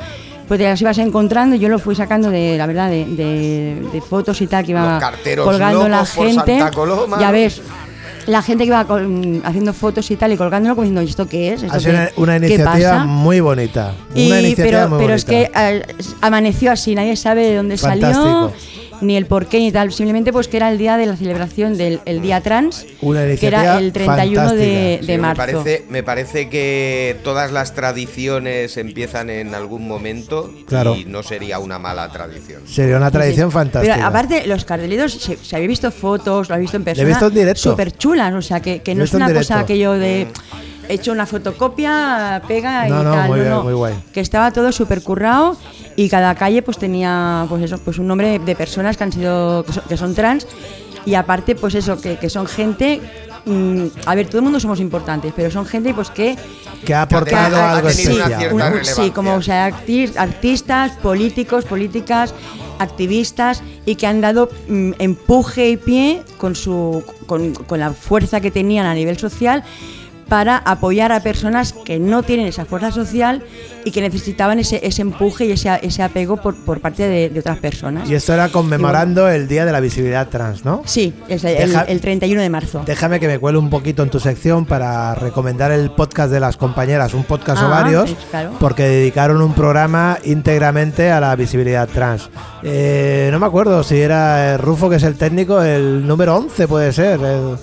pues te las ibas encontrando, yo lo fui sacando de, la verdad, de, de- de fotos y tal que iba Los carteros colgando la locos por gente. Santa Coloma. Ya ves, la gente que iba col- haciendo fotos y tal y colgándolo como diciendo, "¿Y ¿esto qué es? ¿Esto Ha sido qué- una, una qué iniciativa pasa?". muy bonita. Y- una iniciativa pero, muy pero bonita. es que eh, amaneció así, nadie sabe de dónde Fantástico. salió, ni el por qué ni tal. Simplemente pues que era el día de la celebración del el día trans, Una que iniciativa era el 31 de, fantástica. de Sí, marzo. Me parece, me parece que todas las tradiciones empiezan en algún momento Claro. y no sería una mala tradición. Sería una tradición Sí, sí. fantástica. Pero aparte, los cardelitos, se, se había visto fotos, lo habéis visto en persona. visto en directo. Súper chulas, o sea, que, que Lo he no es visto en una cosa directo. que yo de. Mm. He hecho una fotocopia, pega No, y no, tal. muy bien, muy guay. Que estaba todo súper currado y cada calle pues tenía pues eso, pues un nombre de personas que han sido que son, que son trans y aparte pues eso, que, que son gente mm, a ver, todo el mundo somos importantes, pero son gente pues que que ha aportado Ha- ha algo tenido una especial. cierta- un- sí, relevancia. como o sea, arti- artistas, políticos, políticas, activistas y que han dado mm, empuje y pie con, su, con, con la fuerza que tenían a nivel social para apoyar a personas que no tienen esa fuerza social y que necesitaban ese, ese empuje y ese, ese apego por, por parte de, de otras personas. Y esto era conmemorando el Día de la Visibilidad Trans, ¿no? Sí, es el, Deja- el 31 de marzo. Déjame que me cuele un poquito en tu sección para recomendar el podcast de las compañeras, un podcast o Ah, varios, eh, claro. porque dedicaron un programa íntegramente a la visibilidad trans. Eh, no me acuerdo si era eh, Rufo, que es el técnico, el número 11 puede ser. el-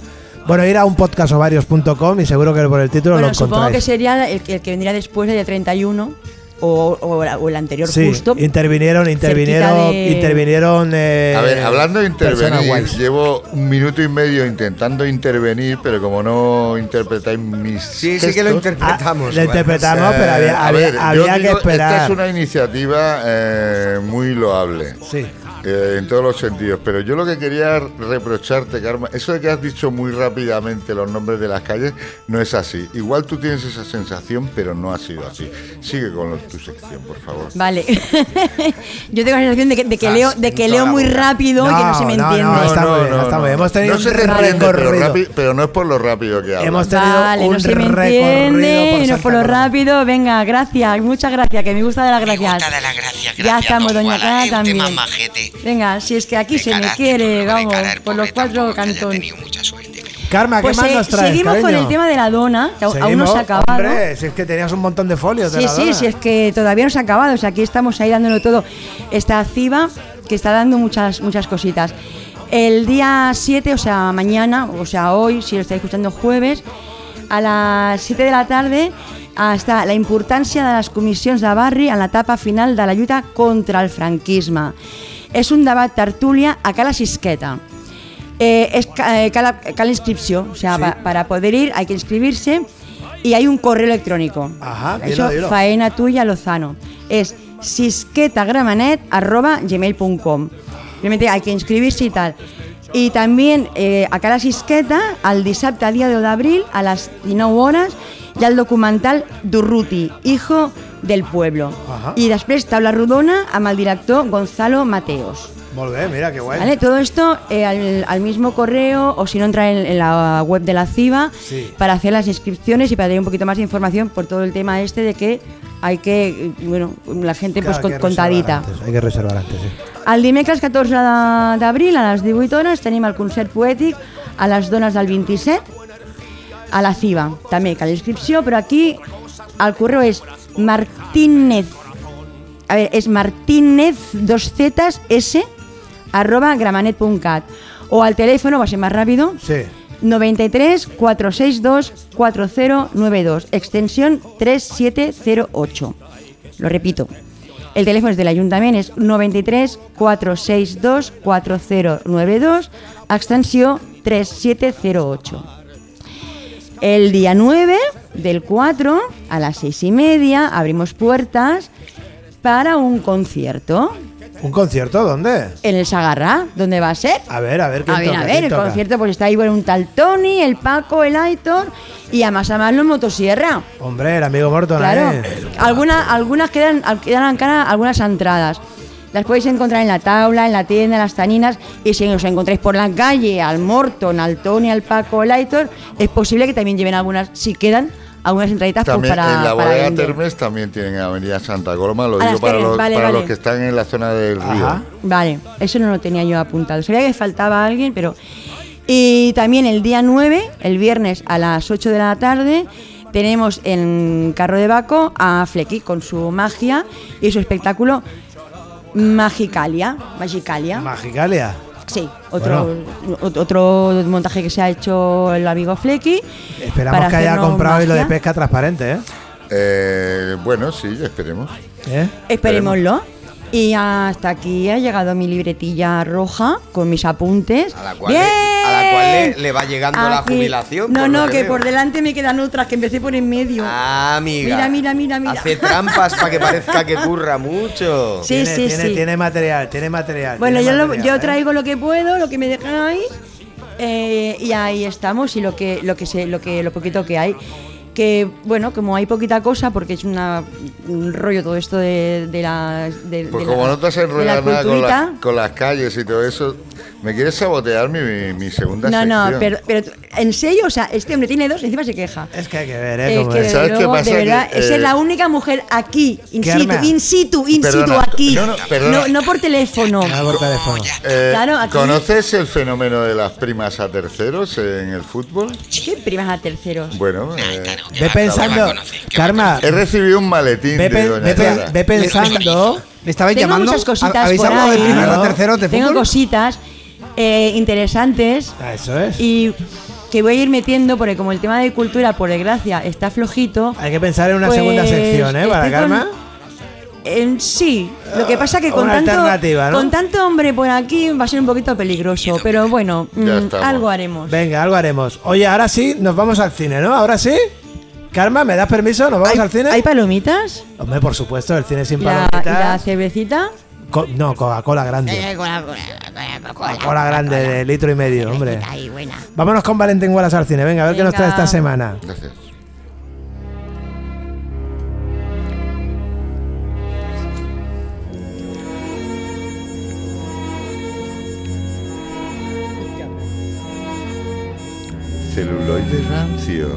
bueno, ir a un podcastovarios.com y seguro que por el título lo Bueno, encontráis. supongo que sería el, que- el que vendría después del día 31 o, o, o el anterior Sí, justo. intervinieron, intervinieron, de- intervinieron. eh, A ver, hablando de personas intervenir, guays. llevo un minuto y medio intentando intervenir, pero como no interpretáis mis. Sí, sí que gestos, lo Ah, interpretamos. lo bueno. interpretamos, eh, pero había, a había- ver, yo había que digo, Esta esperar. es una iniciativa eh, muy loable. Sí. eh, en todos los sentidos, pero yo lo que quería reprocharte, Karma, eso de que has dicho muy rápidamente los nombres de las calles, no es así. Igual tú tienes esa sensación, pero no ha sido así. Sigue con lo- tu sección, por favor. Vale. Yo tengo la sensación de que, de que Estás leo, de que en toda leo la muy boca. rápido y que no se me No, no, entiende. no, está muy bien, está muy bien. Hemos tenido no un se te entiende, pero, recorrido. rápido- pero no es por lo rápido que hablas. Hemos tenido Vale, un no se me recorrido entiende, por no Santa por lo Coloma. rápido. Venga, gracias, muchas gracias, que me gusta de las Me gracias. gusta de las gracias, ya gracias, estamos, don doña Juana, Clara es un también. tema majete. Venga, si es que aquí De se me carácter, pero quiere, de vamos, carácter, por los pobre, tampoco cuatro es que haya cantones. tenido mucha suerte, pero- Karma, ¿qué Pues más se- nos traes, seguimos con cariño? el tema de la dona, que aún no Seguimos. se ha acabado. Hombre, si es que tenías un montón de folios de Sí, la sí, dona. sí, es que todavía no se ha acabado. O sea, aquí estamos ahí dándolo todo. Está CIBA, que está dando muchas, muchas cositas. El día 7, o sea, mañana, o sea, hoy, si lo estáis escuchando jueves, a las 7 de la tarde està la importància de les comissions de barri en l'etapa final de la lluita contra el franquisme. És un debat tertúlia a Cala Xisqueta. Eh, es, ca- eh, cal, cal inscripció, o sea, pa- para poder ir hay que inscribirse y hay un correo electrónico. Ajá, dilo, Eso, dilo. faena tuya lozano. Es sisquetagramenet.gmail.com Realmente hay que inscribirse y tal. Y también eh, acá la sisqueta, al dissabte dia 10 d'abril, a les 19 hores, hi ha el documental Durruti, hijo del pueblo. Ajá. I després taula rodona amb el director Gonzalo Mateos. Molt bé, mira, que guai. ¿Vale? Todo esto eh, al, al mismo correo o si no entrar en, en la web de la CIBA Sí. para hacer las inscripciones y para tener un poquito más de información por todo el tema este de que hay que, eh, bueno, la gente Claro, pues con- hay que contadita. reservar antes, Hay que reservar antes, sí. El dimecres 14 de- d'abril a les 18 hores tenim el concert poètic a les dones del 27 a la CIBA. També cal inscripció, però aquí el correu és martínez a veure, és martínez dos zetas s arroba gramenet.cat o al telèfon, va ser més ràpido, Sí. 93 462 4092, extensión 3708. Lo repito. El teléfono es del ayuntamiento, es 93 462 4092, extensión 3708. El día 9 del 4 a las 6 y media abrimos puertas para un concierto ¿Un concierto dónde? en el Sagarra, donde va a ser A ver, a ver, ¿quién a ver, toca, a quién ver, el toca? concierto pues está ahí bueno, un tal Tony, el Paco, el Aitor y además además los motosierra. Hombre, el amigo Morton ¿eh? Claro. ahí. Algunas algunas quedan al- quedan en cara algunas entradas. Las podéis encontrar en la tabla, en la tienda, en las taninas y si os encontráis por la calle al Morton, al Tony, al Paco, al Aitor, es posible que también lleven algunas si quedan algunas entraditas pues, También para en la para bodega vender. Termes también tienen Avenida Santa Coloma, lo A digo las para, Termes, los, vale, para vale. los que están en la zona del río. Ajá. Vale, eso no lo tenía yo apuntado. Sabía que faltaba alguien, pero. Y también el día 9, el viernes a las 8 de la tarde, tenemos en Carro de Baco a Flecky con su magia y su espectáculo Magicalia. Magicalia. Magicalia. sí, otro, ot- otro montaje que se ha hecho el amigo Flecky. Esperamos para que haya hacernos comprado y lo de magia. pesca transparente, ¿eh? Eh, bueno, sí, esperemos. ¿Eh? Esperémoslo. Y hasta aquí ha llegado mi libretilla roja con mis apuntes. A la cual le- a la cual le- le va llegando la jubilación, No, por lo no, que que veo. por delante me quedan otras que empecé por en medio. Ah, amiga. Mira, mira, mira, mira. Hace trampas para que parezca que curra mucho. Sí, tiene, sí, tiene, sí. tiene material, tiene material. bueno, tiene yo, lo- material, yo ¿eh? traigo lo que puedo, lo que me dejáis. eh, y ahí estamos y lo que lo que sé, lo que lo poquito que hay que bueno como hay poquita cosa porque es una, un rollo todo esto de, de la de, Pues de como la- no te has de la enrollado nada con, la- culturita. con las calles y todo eso, me quieres sabotear mi, mi- mi segunda No, sección. no, pero, pero tú- en serio, o sea, este hombre tiene dos y encima se queja. Es que hay que ver, ¿eh? Es cómo que es. ¿Sabes qué de, luego, pasa? de Que, verdad, es eh, ser la única mujer aquí, in ¿Qué situ, arma? in situ, in situ, Perdona, aquí. no, no, perdona. no por teléfono. Ah, por teléfono. Eh, Claro, aquí- ¿Conoces el fenómeno de las primas a terceros en el fútbol? ¿Qué primas a terceros? Bueno, eh, Ve pensando, Karma, he recibido un maletín ve, de pe- Doña ve pe- Clara. ve pensando. ¿Me estabais Tengo llamando? muchas cositas ¿Habéis por hablado de ahí. primero a Claro. tercero de Tengo fútbol? cositas eh, interesantes Ah, Eso es. y que voy a ir metiendo porque como el tema de cultura, por desgracia, está flojito. Hay que pensar en una pues, segunda sección, ¿eh? Para estoy con- Karma. Em, sí, lo que pasa que con Una tanto, alternativa, ¿no? con tanto hombre por aquí va a ser un poquito peligroso, pero bueno, Ya mm, estamos. algo haremos. Venga, algo haremos. Oye, ahora sí, nos vamos al cine, ¿no? Ahora sí. Karma, ¿me das permiso? ¿Nos vamos al cine? ¿Hay palomitas? Hombre, por supuesto, el cine sin ¿Y la, y la palomitas. cervecita? Co- no, Coca-Cola grande. Coca-Cola grande de litro y medio, hombre. Vámonos con Valentín Wallace al cine. Venga, a ver qué nos trae Venga. esta semana. Gracias. Celuloide rancio.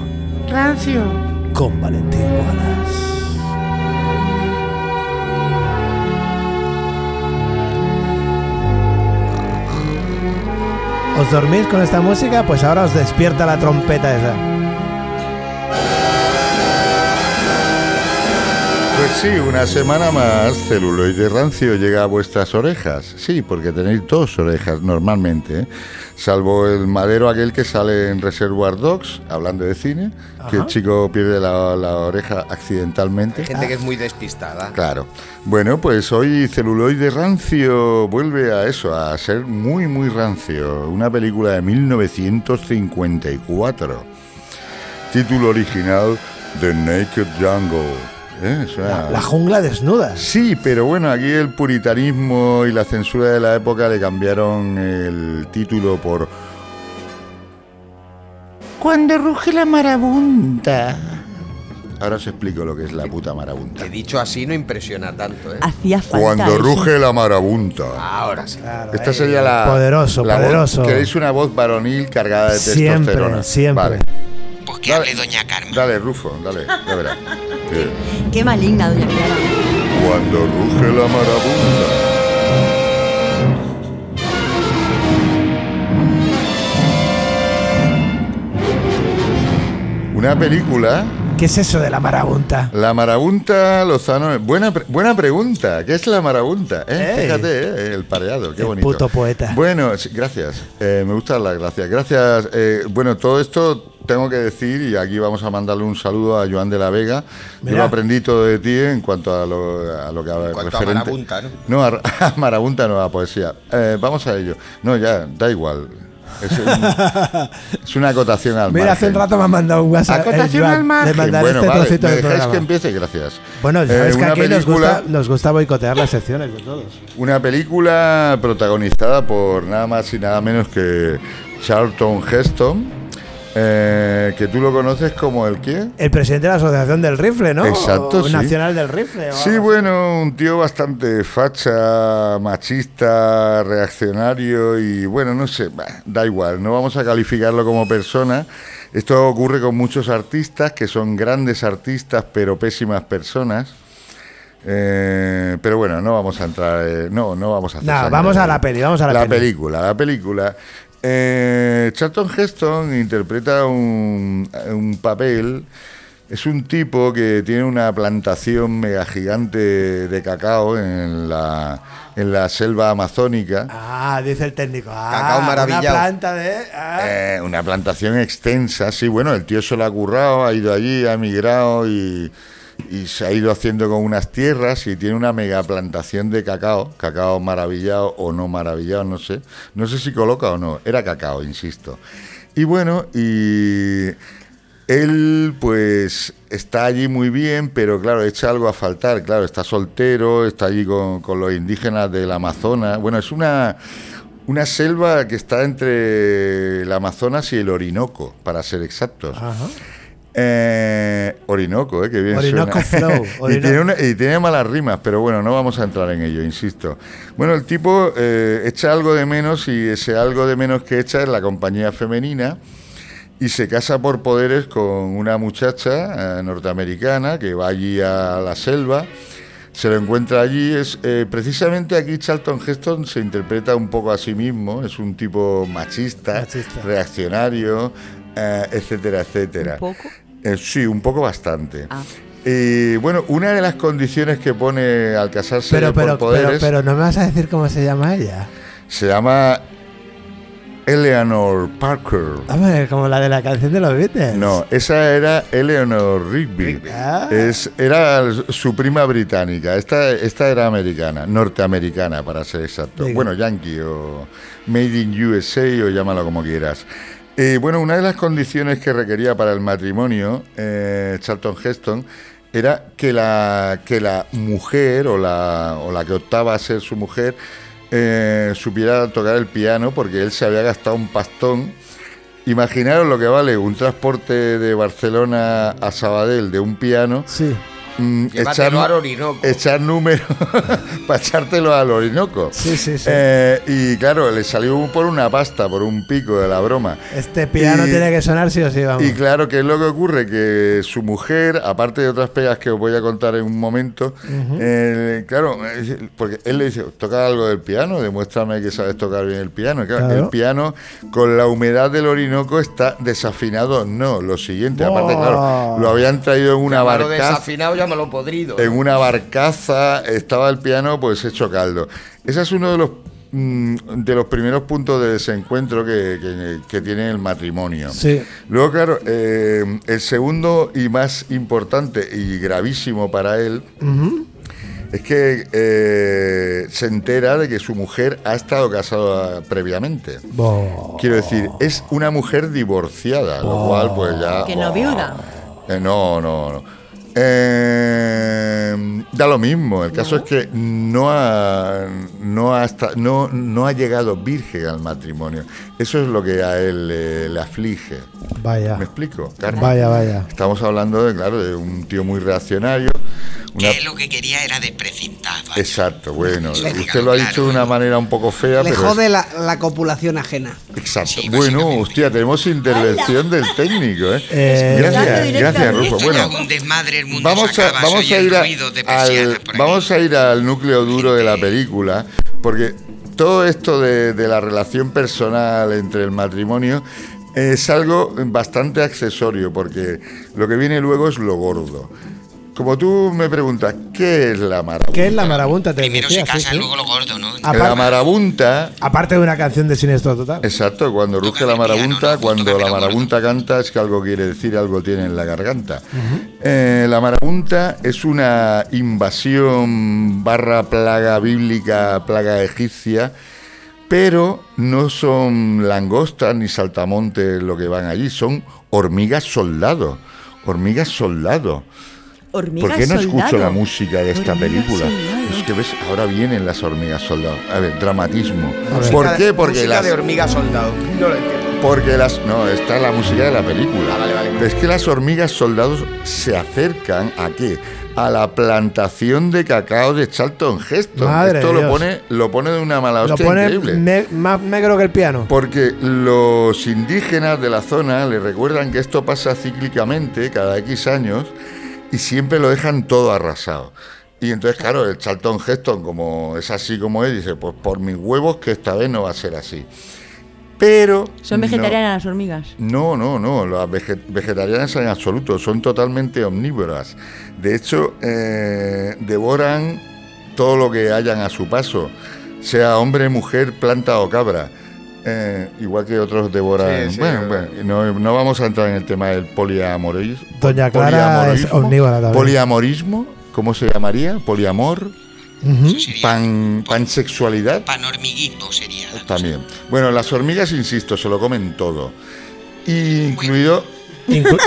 Con Valentín Wallace. ¿Os dormís con esta música? Pues ahora os despierta la trompeta esa. Pues Sí, una semana más celuloide rancio llega a vuestras orejas. Sí, porque tenéis dos orejas normalmente, ¿eh? salvo el madero aquel que sale en Reservoir Dogs, hablando de cine, que el chico pierde la, la oreja accidentalmente. Hay gente que es muy despistada. Claro. Bueno, pues hoy celuloide rancio vuelve a eso, a ser muy, muy rancio. Una película de 1954. Título original, The Naked Jungle. ¿Eh? Es una- La, la jungla desnuda. Sí, pero bueno, aquí el puritanismo y la censura de la época le cambiaron el título por Cuando ruge la marabunta. Ahora os explico lo que es la puta marabunta. Que dicho así no impresiona tanto, ¿eh? Hacía falta. Cuando eso. ruge la marabunta. Ahora sí. Esta sería la. Poderoso, la voz- poderoso. Queréis una voz varonil cargada de Siempre, testosterona. siempre. Vale. Pues que Dale. hable Doña Carmen. Dale, Rufo, dale, ya verás. Sí. Qué maligna, doña Clara. Cuando ruge la marabunta. Una película, ¿Qué es eso de la marabunta? La Marabunta Lozano. Buena, pre- buena pregunta, ¿qué es la Marabunta? Eh, Ey. Fíjate, eh, el pareado, qué El bonito. puto poeta. Bueno, sí, gracias, Eh, me gustan las gracias. Gracias, eh, bueno, todo esto tengo que decir, y aquí vamos a mandarle un saludo a Joan de la Vega. Yo Mira. lo aprendí todo de ti en cuanto a lo, a lo que En cuanto a marabunta, ¿no? no, a, a marabunta no, a poesía. Eh, vamos a ello. No, ya, da igual. Es, un- es una acotación al Mira, margen. hace un rato me han mandado un WhatsApp. el Acotación Joan, al margen. de mandar bueno, este vale, trocito me del dejáis programa. que empiece, gracias. Bueno, Eh, sabes que una aquí nos, película- gusta, nos gusta boicotear las secciones de todos. Una película protagonizada por nada más y nada menos que Charlton Heston, eh, que tú lo conoces como el qué? El presidente de la Asociación del Rifle, ¿no? Exacto, O sí. Nacional del Rifle. o Sí, algo bueno, un tío bastante facha, machista, reaccionario y bueno, no sé, bah, da igual, no vamos a calificarlo como persona. Esto ocurre con muchos artistas que son grandes artistas pero pésimas personas. Eh, pero bueno, no vamos a entrar, eh, no, no vamos a hacer No, sangre. vamos a la peli, vamos a la peli. película, la película. Eh, Charlton Heston interpreta un, un papel. Es un tipo que tiene una plantación mega gigante de cacao en la, en la selva amazónica. Ah, dice el técnico. Ah, Cacao maravillado. Una planta de. ah. Eh, una plantación extensa, sí, bueno, el tío se lo ha currado, ha ido allí, ha migrado y, y se ha ido haciendo con unas tierras y tiene una mega plantación de cacao, cacao maravillado o no maravillado, no sé, no sé si coloca o no, era cacao, insisto. Y bueno, y él pues está allí muy bien, pero claro, echa algo a faltar, claro, está soltero, está allí con, con los indígenas del Amazonas, bueno, es una... Una selva que está entre el Amazonas y el Orinoco, para ser exactos. Ajá. Eh, Orinoco, eh, que bien Orinoco suena. Flow, y, Orinoco. tiene una- y tiene malas rimas, pero bueno, no vamos a entrar en ello, insisto. Bueno, el tipo eh, echa algo de menos y ese algo de menos que echa es la compañía femenina y se casa por poderes con una muchacha eh, norteamericana que va allí a la selva. Se lo encuentra allí, es eh, precisamente aquí Charlton Heston se interpreta un poco a sí mismo, es un tipo machista, Machista. reaccionario, eh, etcétera, etcétera. ¿Un poco? Eh, sí, un poco bastante. Ah. Y bueno, una de las condiciones que pone al casarse Pero, por pero, pero, poderes pero no me vas a decir cómo se llama ella. se llama Eleanor Parker. Hombre, como la de la canción de los Beatles. No, esa era Eleanor Rigby. Ah. Es, era su prima británica. Esta, esta era americana, norteamericana, para ser exacto. Venga. Bueno, yankee o made in USA o llámalo como quieras. Eh, bueno, una de las condiciones que requería para el matrimonio eh, Charlton Heston era que la, que la mujer o la, o la que optaba a ser su mujer eh, supiera tocar el piano porque él se había gastado un pastón Imaginaros lo que vale un transporte de Barcelona a Sabadell de un piano. Sí. mm, Llévatelo al Orinoco. Echar número para echártelo al Orinoco. Sí, sí, sí. Eh, y claro, le salió por una pasta, por un pico de la broma. Este piano y- tiene que sonar sí o sí, vamos. Y claro, que es lo que ocurre? Que su mujer, aparte de otras pegas que os voy a contar en un momento, eh, claro, eh, porque él le dice, toca algo del piano, demuéstrame que sabes tocar bien el piano. Y Claro, Claro. El piano con la humedad del Orinoco está desafinado, no, lo siguiente, aparte, Buah. claro, lo habían traído en una Eh, Llamarlo barcaza. desafinado, dejándolo podrido. en una barcaza estaba el piano pues hecho caldo. Ese es uno de los mm, de los primeros puntos de desencuentro que, que- que tiene el matrimonio. Sí. Luego, claro, eh, el segundo y más importante y gravísimo para él es que eh, se entera de que su mujer ha estado casada previamente. Oh. Bo- Quiero decir, es una mujer divorciada, lo cual pues ya... Que no viuda. Eh, no, no, no. Eh, da lo mismo. El caso es que no ha, no, ha esta- no, no ha llegado virgen al matrimonio. Eso es lo que a él le, le aflige. Vaya. ¿Me explico, Carmen? Ah. Vaya, vaya. Estamos hablando, de, claro, de un tío muy reaccionario. una- Que lo que quería era desprecintar. vaya. Exacto, bueno. Sí, Usted lo ha dicho de una manera un poco fea, Le pero... es- jode la, la copulación ajena. Exacto. Sí, bueno, básicamente. hostia, tenemos intervención del técnico, ¿eh? Eh, gracias, Directamente. gracias, Rufo. Esto ya Bueno, es un desmadre, el mundo vamos se a, acaba, se vamos oye a el ir a- ruido de persianas al, por aquí. Este, vamos a ir al núcleo duro de la película, porque todo esto de, de la relación personal entre el matrimonio es algo bastante accesorio, porque lo que viene luego es lo gordo. Como tú me preguntas, ¿qué es la marabunta? ¿Qué es la marabunta? Te Primero se decía, sí, casan, sí. luego lo gordo, ¿no? Ah, La Aparte- marabunta Aparte de una canción de siniestro total. Exacto, cuando ruge la Tócame el piano, marabunta, tú cuando tócame la la marabunta canta es que algo quiere decir, algo tiene en la garganta. Eh, la marabunta es una invasión barra plaga bíblica, plaga egipcia, pero no son langostas ni saltamontes lo que van allí, son hormigas soldado, hormigas soldado. Hormiga ¿Por qué no escucho soldado. la música de esta Hormiga película? soldado. Es que ves, ahora vienen las hormigas soldado. A ver, dramatismo. ver. ¿Por qué? Porque Música las de hormiga soldado. No lo entiendo. porque las. No, está la música de la película. Ah, vale, vale. Es que las hormigas soldados se acercan a qué? A la plantación de cacao de Charlton Heston. Madre Esto de lo Dios. pone, lo pone de una mala Lo hostia pone increíble. ne- más negro que el piano. Porque los indígenas de la zona le recuerdan que esto pasa cíclicamente, cada X años, y siempre lo dejan todo arrasado. Y entonces, claro, el Charlton Heston, como es así como es, dice, pues por mis huevos que esta vez no va a ser así. Pero... Son no- vegetarianas las hormigas. no, no, no, las vege- vegetarianas en absoluto, son totalmente omnívoras. De hecho, eh, devoran todo lo que hayan a su paso, sea hombre, mujer, planta o cabra. Eh, igual que otros devoran. Sí, sí, bueno, eh. bueno, no, no vamos a entrar en el tema del poliamorismo. Doña Clara es omnívora también. Poliamorismo, ¿cómo se llamaría? Poliamor, Eso sería pan, pansexualidad. pan hormiguito sería. la cosa. También. Bueno, las hormigas, insisto, se lo comen todo. Incluido Inclu-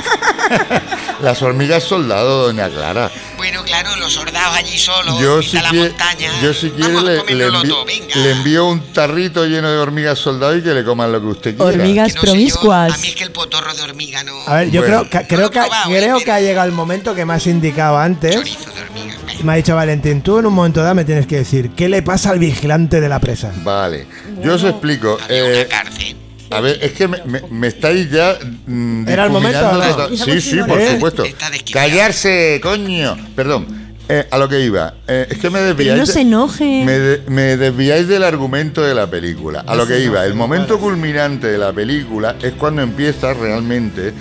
Las hormigas soldado, doña Clara. Bueno, claro, los soldados allí solos, Yo mitad si, de la quiere, montaña. yo si quiere Vamos a le, le comérnoslo envi- todo, venga. le envío un tarrito lleno de hormigas soldado y que le coman lo que usted quiera. Que Hormigas no sé yo, a promiscuas. mí es que el potorro de hormiga no... a ver, yo Bueno. creo, que, creo, que, No lo he probado, creo eh, que ha llegado el momento que me has indicado antes. Chorizo de hormiga. venga. Me ha dicho Valentín, tú en un momento dado me tienes que decir, ¿qué le pasa al vigilante de la presa? Vale, yo os explico. Había eh, una cárcel. a ver, es que me, me- me estáis ya. mm, ¿Era el momento o no? difuminando total- Sí, sí, por ¿Eh? supuesto. Está desquiciado. Callarse, coño. Perdón. Eh, a lo que iba, Eh, es que me desviáis. no de- se enoje. Me, de- me desviáis del argumento de la película. A lo que iba, el momento culminante de la película es cuando empieza realmente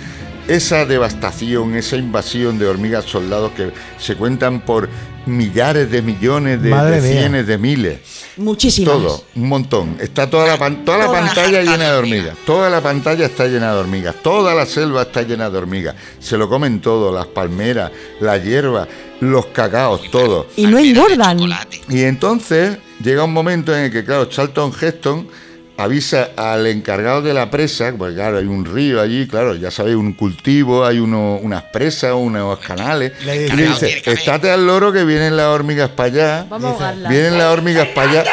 esa devastación, esa invasión de hormigas soldados que se cuentan por millares de millones, de, Madre de mía. cienes, de miles. Muchísimas. Todo, un montón. Está toda la, pan- toda la Toda la pantalla jarta llena de de hormigas. Toda la pantalla está llena de hormigas. Toda la selva está llena de hormigas. Se lo comen todo, las palmeras, la hierba, los cacaos, todo. Y no Palmeras de engordan. chocolate. Y entonces llega un momento en el que, claro, Charlton Heston avisa al encargado de la presa, porque claro, hay un río allí, claro, ya sabéis, un cultivo, hay uno, unas presas, unos canales. Le dice- y le dice, Tiene que haber. estate al loro que vienen las hormigas para allá. Vamos a ahogarlas. Vienen las hormigas para allá.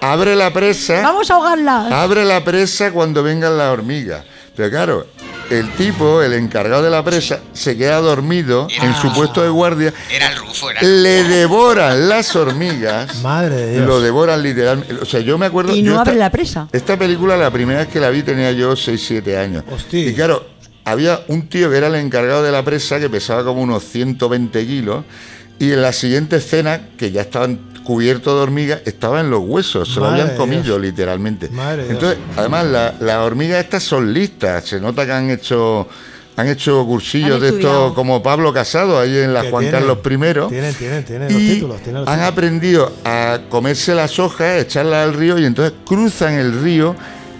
Abre la presa. Vamos a ahogarlas. Abre la presa cuando vengan las hormigas. Pero claro, el tipo, el encargado de la presa, se queda dormido en su puesto de guardia. Era el rufo, era el Le devoran las hormigas. Madre de Dios. Lo devoran literalmente. O sea, yo me acuerdo. Y yo no abre la presa. Esta película, la primera vez que la vi, tenía yo 6-7 años. Hostia. Y claro, había un tío que era el encargado de la presa que pesaba como unos 120 kilos. Y en la siguiente escena, que ya estaban cubiertos de hormigas, estaba en los huesos, se Madre lo habían de comido Dios. literalmente. Madre de Entonces, además, la- las hormigas estas son listas, se nota que han hecho Han hecho cursillos Han de esto estudiado. como Pablo Casado, ahí en la Que Juan tienen, Carlos Ah, I. Tienen, tienen, tienen los y títulos. Tienen los han títulos. aprendido a comerse las hojas, echarlas al río y entonces cruzan el río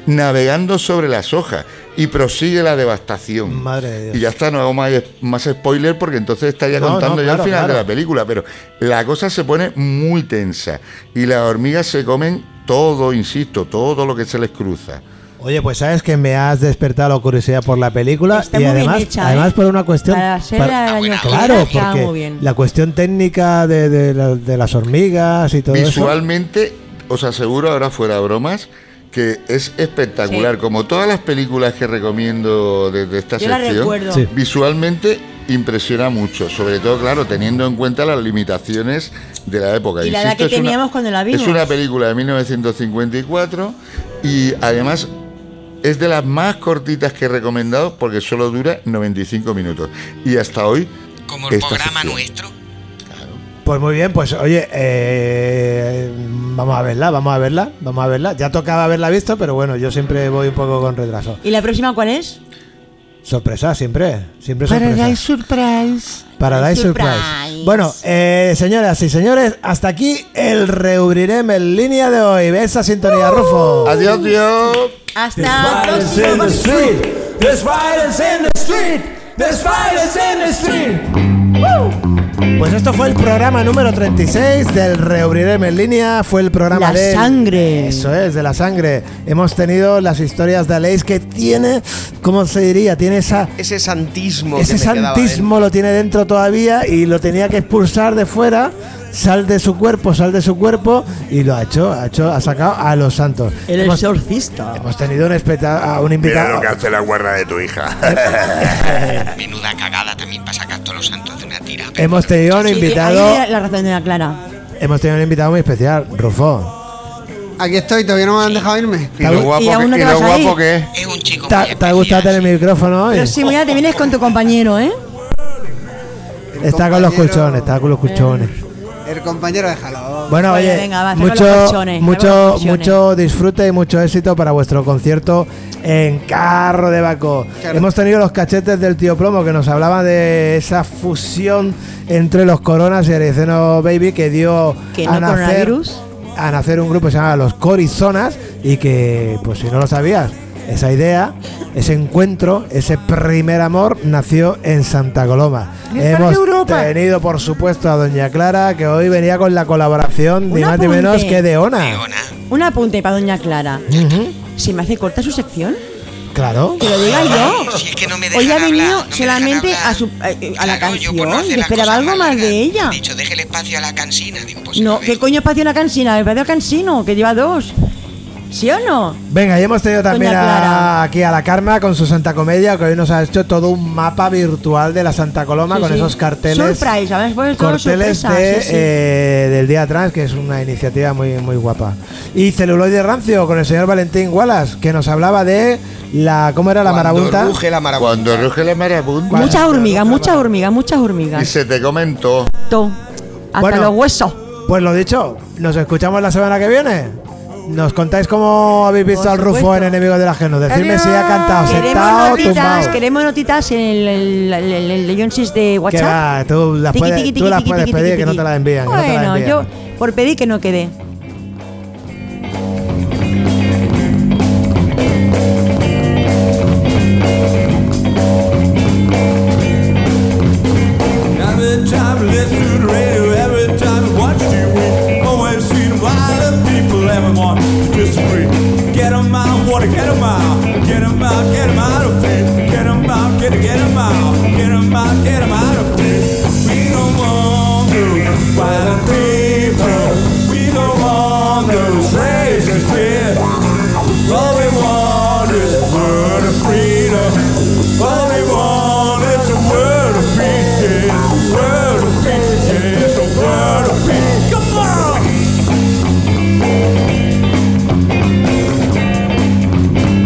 navegando sobre las hojas y prosigue la devastación. Madre de Dios. Y ya está, no hago más, más spoiler porque entonces estaría No, contando no, ya claro, el final claro. de la película, pero la cosa se pone muy tensa y las hormigas se comen todo, insisto, todo lo que se les cruza. Oye, pues sabes que me has despertado la curiosidad por la película Está y muy además, bien hecha. además ¿eh? por una cuestión Para ser Ah, para- la del año que viene, claro, está muy porque bien. la cuestión técnica de, de la- de las hormigas y todo eso. Visualmente, os aseguro, ahora fuera bromas, que es espectacular. Sí. Como todas las películas que recomiendo desde esta Yo la sección, recuerdo. Sí. visualmente impresiona mucho. Sobre todo, claro, teniendo en cuenta las limitaciones de la época. Y la edad que es una- teníamos cuando la vimos. Es una película de 1954 y además es de las más cortitas que he recomendado porque solo dura 95 minutos. Y hasta hoy... Como el esta programa sección. nuestro. Pues muy bien, pues oye, eh, vamos a verla, vamos a verla, vamos a verla. Ya tocaba haberla visto, pero bueno, yo siempre voy un poco con retraso. ¿Y la próxima cuál es? Sorpresa, siempre, siempre sorpresa. Surprise. Paradise Surprise. Surprise. Bueno, eh, señoras y señores, hasta aquí el Reubrirem en línea de hoy. Ve esa sintonía, Rufo. Adiós, adiós. Hasta There's violence in the street. There's violence in the street. There's violence in the street. Pues esto fue el programa número 36 del Reubrirem en línea. Fue el programa La de. sangre. Eso es, de la sangre. Hemos tenido las historias de Aleix que tiene, ¿cómo se diría? Tiene esa. Ese santismo. Ese que me quedaba dentro. santismo lo tiene dentro todavía y lo tenía que expulsar de fuera. Sal de su cuerpo, sal de su cuerpo y lo ha hecho, ha hecho, ha sacado a los santos. El Hemos- exorcista. Hemos tenido un, especta- a un Mira invitado. lo que hace la guarra de tu hija. Menuda cagada también para sacar todos los santos de una tira. pero Hemos tenido un Sí, invitado. ahí la razón de la Clara. Hemos tenido un invitado muy especial, Rufo. Aquí estoy, todavía no me han dejado irme. Y ¿Te ha lo gu- guapo, y aún no que, y te lo vas a ir? guapo que es. Es un chico ¿Te, muy ha- te ha gustado especial, tener el micrófono hoy? Pero sí, mañana te vienes con tu compañero, ¿eh? Está con los compañero- colchones, está con los colchones. El compañero de Jalón. Bueno, Oye, oye, venga, va, saca mucho, los colchones, saca los mucho, colchones. mucho disfrute y mucho éxito para vuestro concierto en Carro de Baco. Claro. Hemos tenido los cachetes del tío Plomo que nos hablaba de esa fusión entre los Coronas y Arizeno Baby que dio Que no a nacer coronavirus. a nacer un grupo que se llama los Corizonas y que, pues si no lo sabías, esa idea, ese encuentro, ese primer amor nació en Santa Coloma. Hemos tenido, por supuesto, a Doña Clara, que hoy venía con la colaboración Un ni más ni apunte. menos que de Ona. Leona. Un apunte para doña Clara. Ujú, ¿Se me hace corta su sección? Claro. Que lo diga yo. Si es que no me Hoy dejan ha venido hablar, no me solamente dejan hablar. a, su, a- a la Claro, yo canción. por no hacer Yo las esperaba cosas algo más largas. de ella. He dicho, deje el espacio a la cansina. Digo, pues No, a ver. ¿qué coño espacio la cansina? El espacio cansino, que lleva dos. ¿Sí o no? Venga, y hemos tenido también Doña a- Clara. aquí a la Karma con su Santa Comedia, que hoy nos ha hecho todo un mapa virtual de la Santa Coloma Sí, con sí. esos carteles. Surprise, a ver, fue todo Corteles sorpresa, de, sí, sí. eh, del Día Trans, que es una iniciativa muy, muy guapa. Y Celuloide Rancio con el señor Valentín Wallace, que nos hablaba de la. ¿Cómo era la Cuando marabunta? ruge la marabunta. Cuando ruge la marabunta Muchas hormigas, no, muchas no. hormigas, muchas y hormigas. se te comentó. Todo. Hasta Bueno. los huesos. Pues lo dicho, nos escuchamos la semana que viene. Nos contáis cómo habéis visto Por al Rufo supuesto. en Enemigos del Ajeno. Decidme si ha cantado, Ah, Queremos sentado, notitas, tumbado. queremos notitas en el, el, el, el- el Legion Sys de Que WhatsApp. va, tú las Tiqui, puedes, tiqui, tú tiqui, las tiqui, puedes tiqui, pedir tiqui, que no te tiqui. las envían. que no te las Bueno, envían. yo por pedir que no quede. Every time I listen to the radio, every time I watch TV, always see the violent people, everyone to disagree. Get 'em out, water, get 'em out, get 'em out, get 'em out of here. Get 'em out, get 'em, get 'em out, get 'em out, get 'em out of here. We don't want those violent people, we don't want those racist people. All we want is a word of freedom. All we want is a word of peace. Yes, a word of peace. Yes, a word of peace. Come on!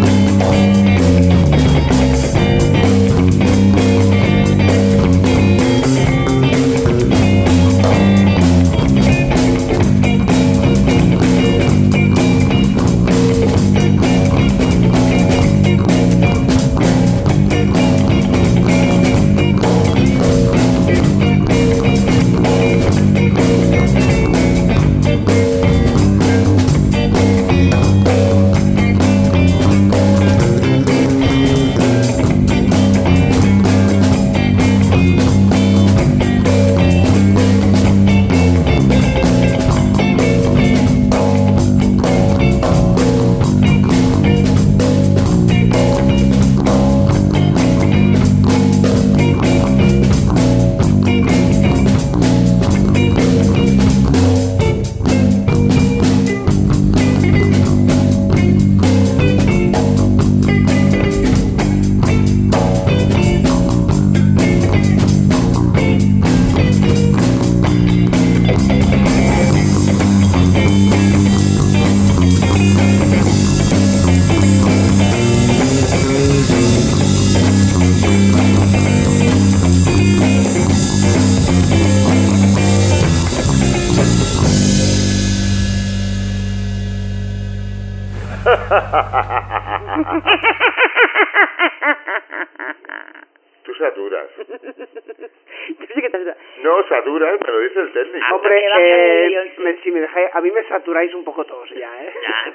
Tú saturas. Sí que te ayuda. No saturas, me lo dice el técnico. Hombre, eh, me- si me dejáis, a mí me saturáis un poco todos ya, ¿eh?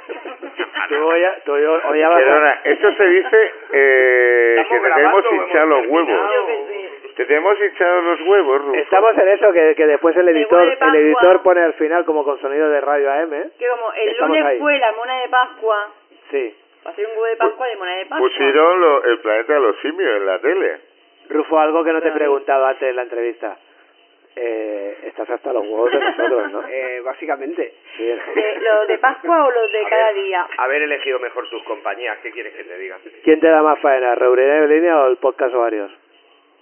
Tú ya, tú ya, o ya vas a- Perdona, esto se dice eh, que te tenemos grabando, hinchado los huevos. Te tenemos hinchados los huevos, Rufo. Estamos en eso que, que después el editor huele el Pascua. editor pone al final como con sonido de radio AM. ¿eh? Que como el Estamos lunes ahí. fue la mona de Pascua, Sí. va a ser un huevo de Pascua de mona de Pascua. Pusieron lo- el planeta de los simios en la tele. Rufo, algo que no te he preguntado antes de la entrevista. Eh, estás hasta los huevos de nosotros, ¿no? Eh, básicamente. Sí. Eh, ¿Los de Pascua o los de cada día? Haber elegido mejor sus compañías, ¿qué quieres que te diga? ¿Quién te da más faena, Reurera en línea o el podcast varios?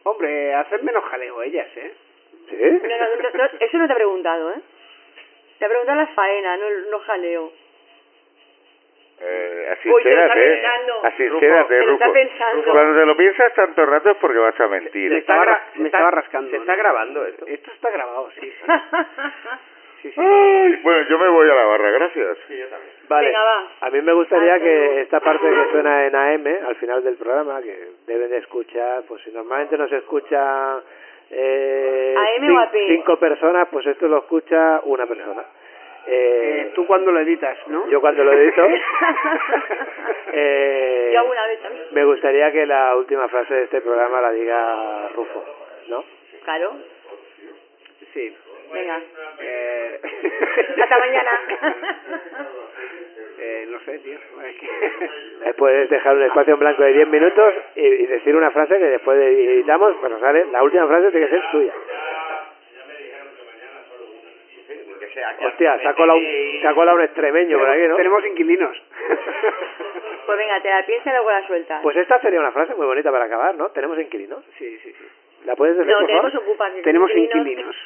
Hombre, hacen menos jaleo ellas, ¿eh? ¿Sí? No, no, no, no, eso no te he preguntado, ¿eh? Te he preguntado la faena, no, no jaleo. Eh, Uy, te lo está asincérate, pensando. asincérate, Te lo está Rufo. pensando. Rufo, Cuando te lo piensas tanto rato es porque vas a mentir. Me estaba, ra- me estaba rascando. Se ¿eh? está grabando eh. esto. Esto está grabado, sí. sí. ¡Ah! Ay, bueno, yo me voy a la barra, gracias. Vale. Venga, A mí me gustaría Hasta pues que luego. esta parte que suena en AM, al final del programa, que deben de escuchar, pues si normalmente nos escucha eh, AM o cin- AP. cinco personas, pues esto lo escucha una persona. Eh, Eh, tú cuando lo editas, ¿no? Yo cuando lo edito, eh, Yo alguna vez también. me gustaría que la última frase de este programa la diga Rufo, ¿no? Claro. Sí. Venga. Eh... Hasta mañana. eh, no sé, tío. Es que... Eh, Puedes dejar un espacio en blanco de 10 minutos y, y decir una frase que después de- editamos, pero sale, la última frase tiene que ser tuya. Hostia, se ha colado un, se ha colado un extremeño por aquí, ¿no? Tenemos inquilinos. Pues venga, te la piensas y luego la sueltas. Pues esta sería una frase muy bonita para acabar, ¿no? Tenemos inquilinos. Sí, sí, sí. ¿La puedes decir, no, por tenemos favor? ocupas. Tenemos inquilinos.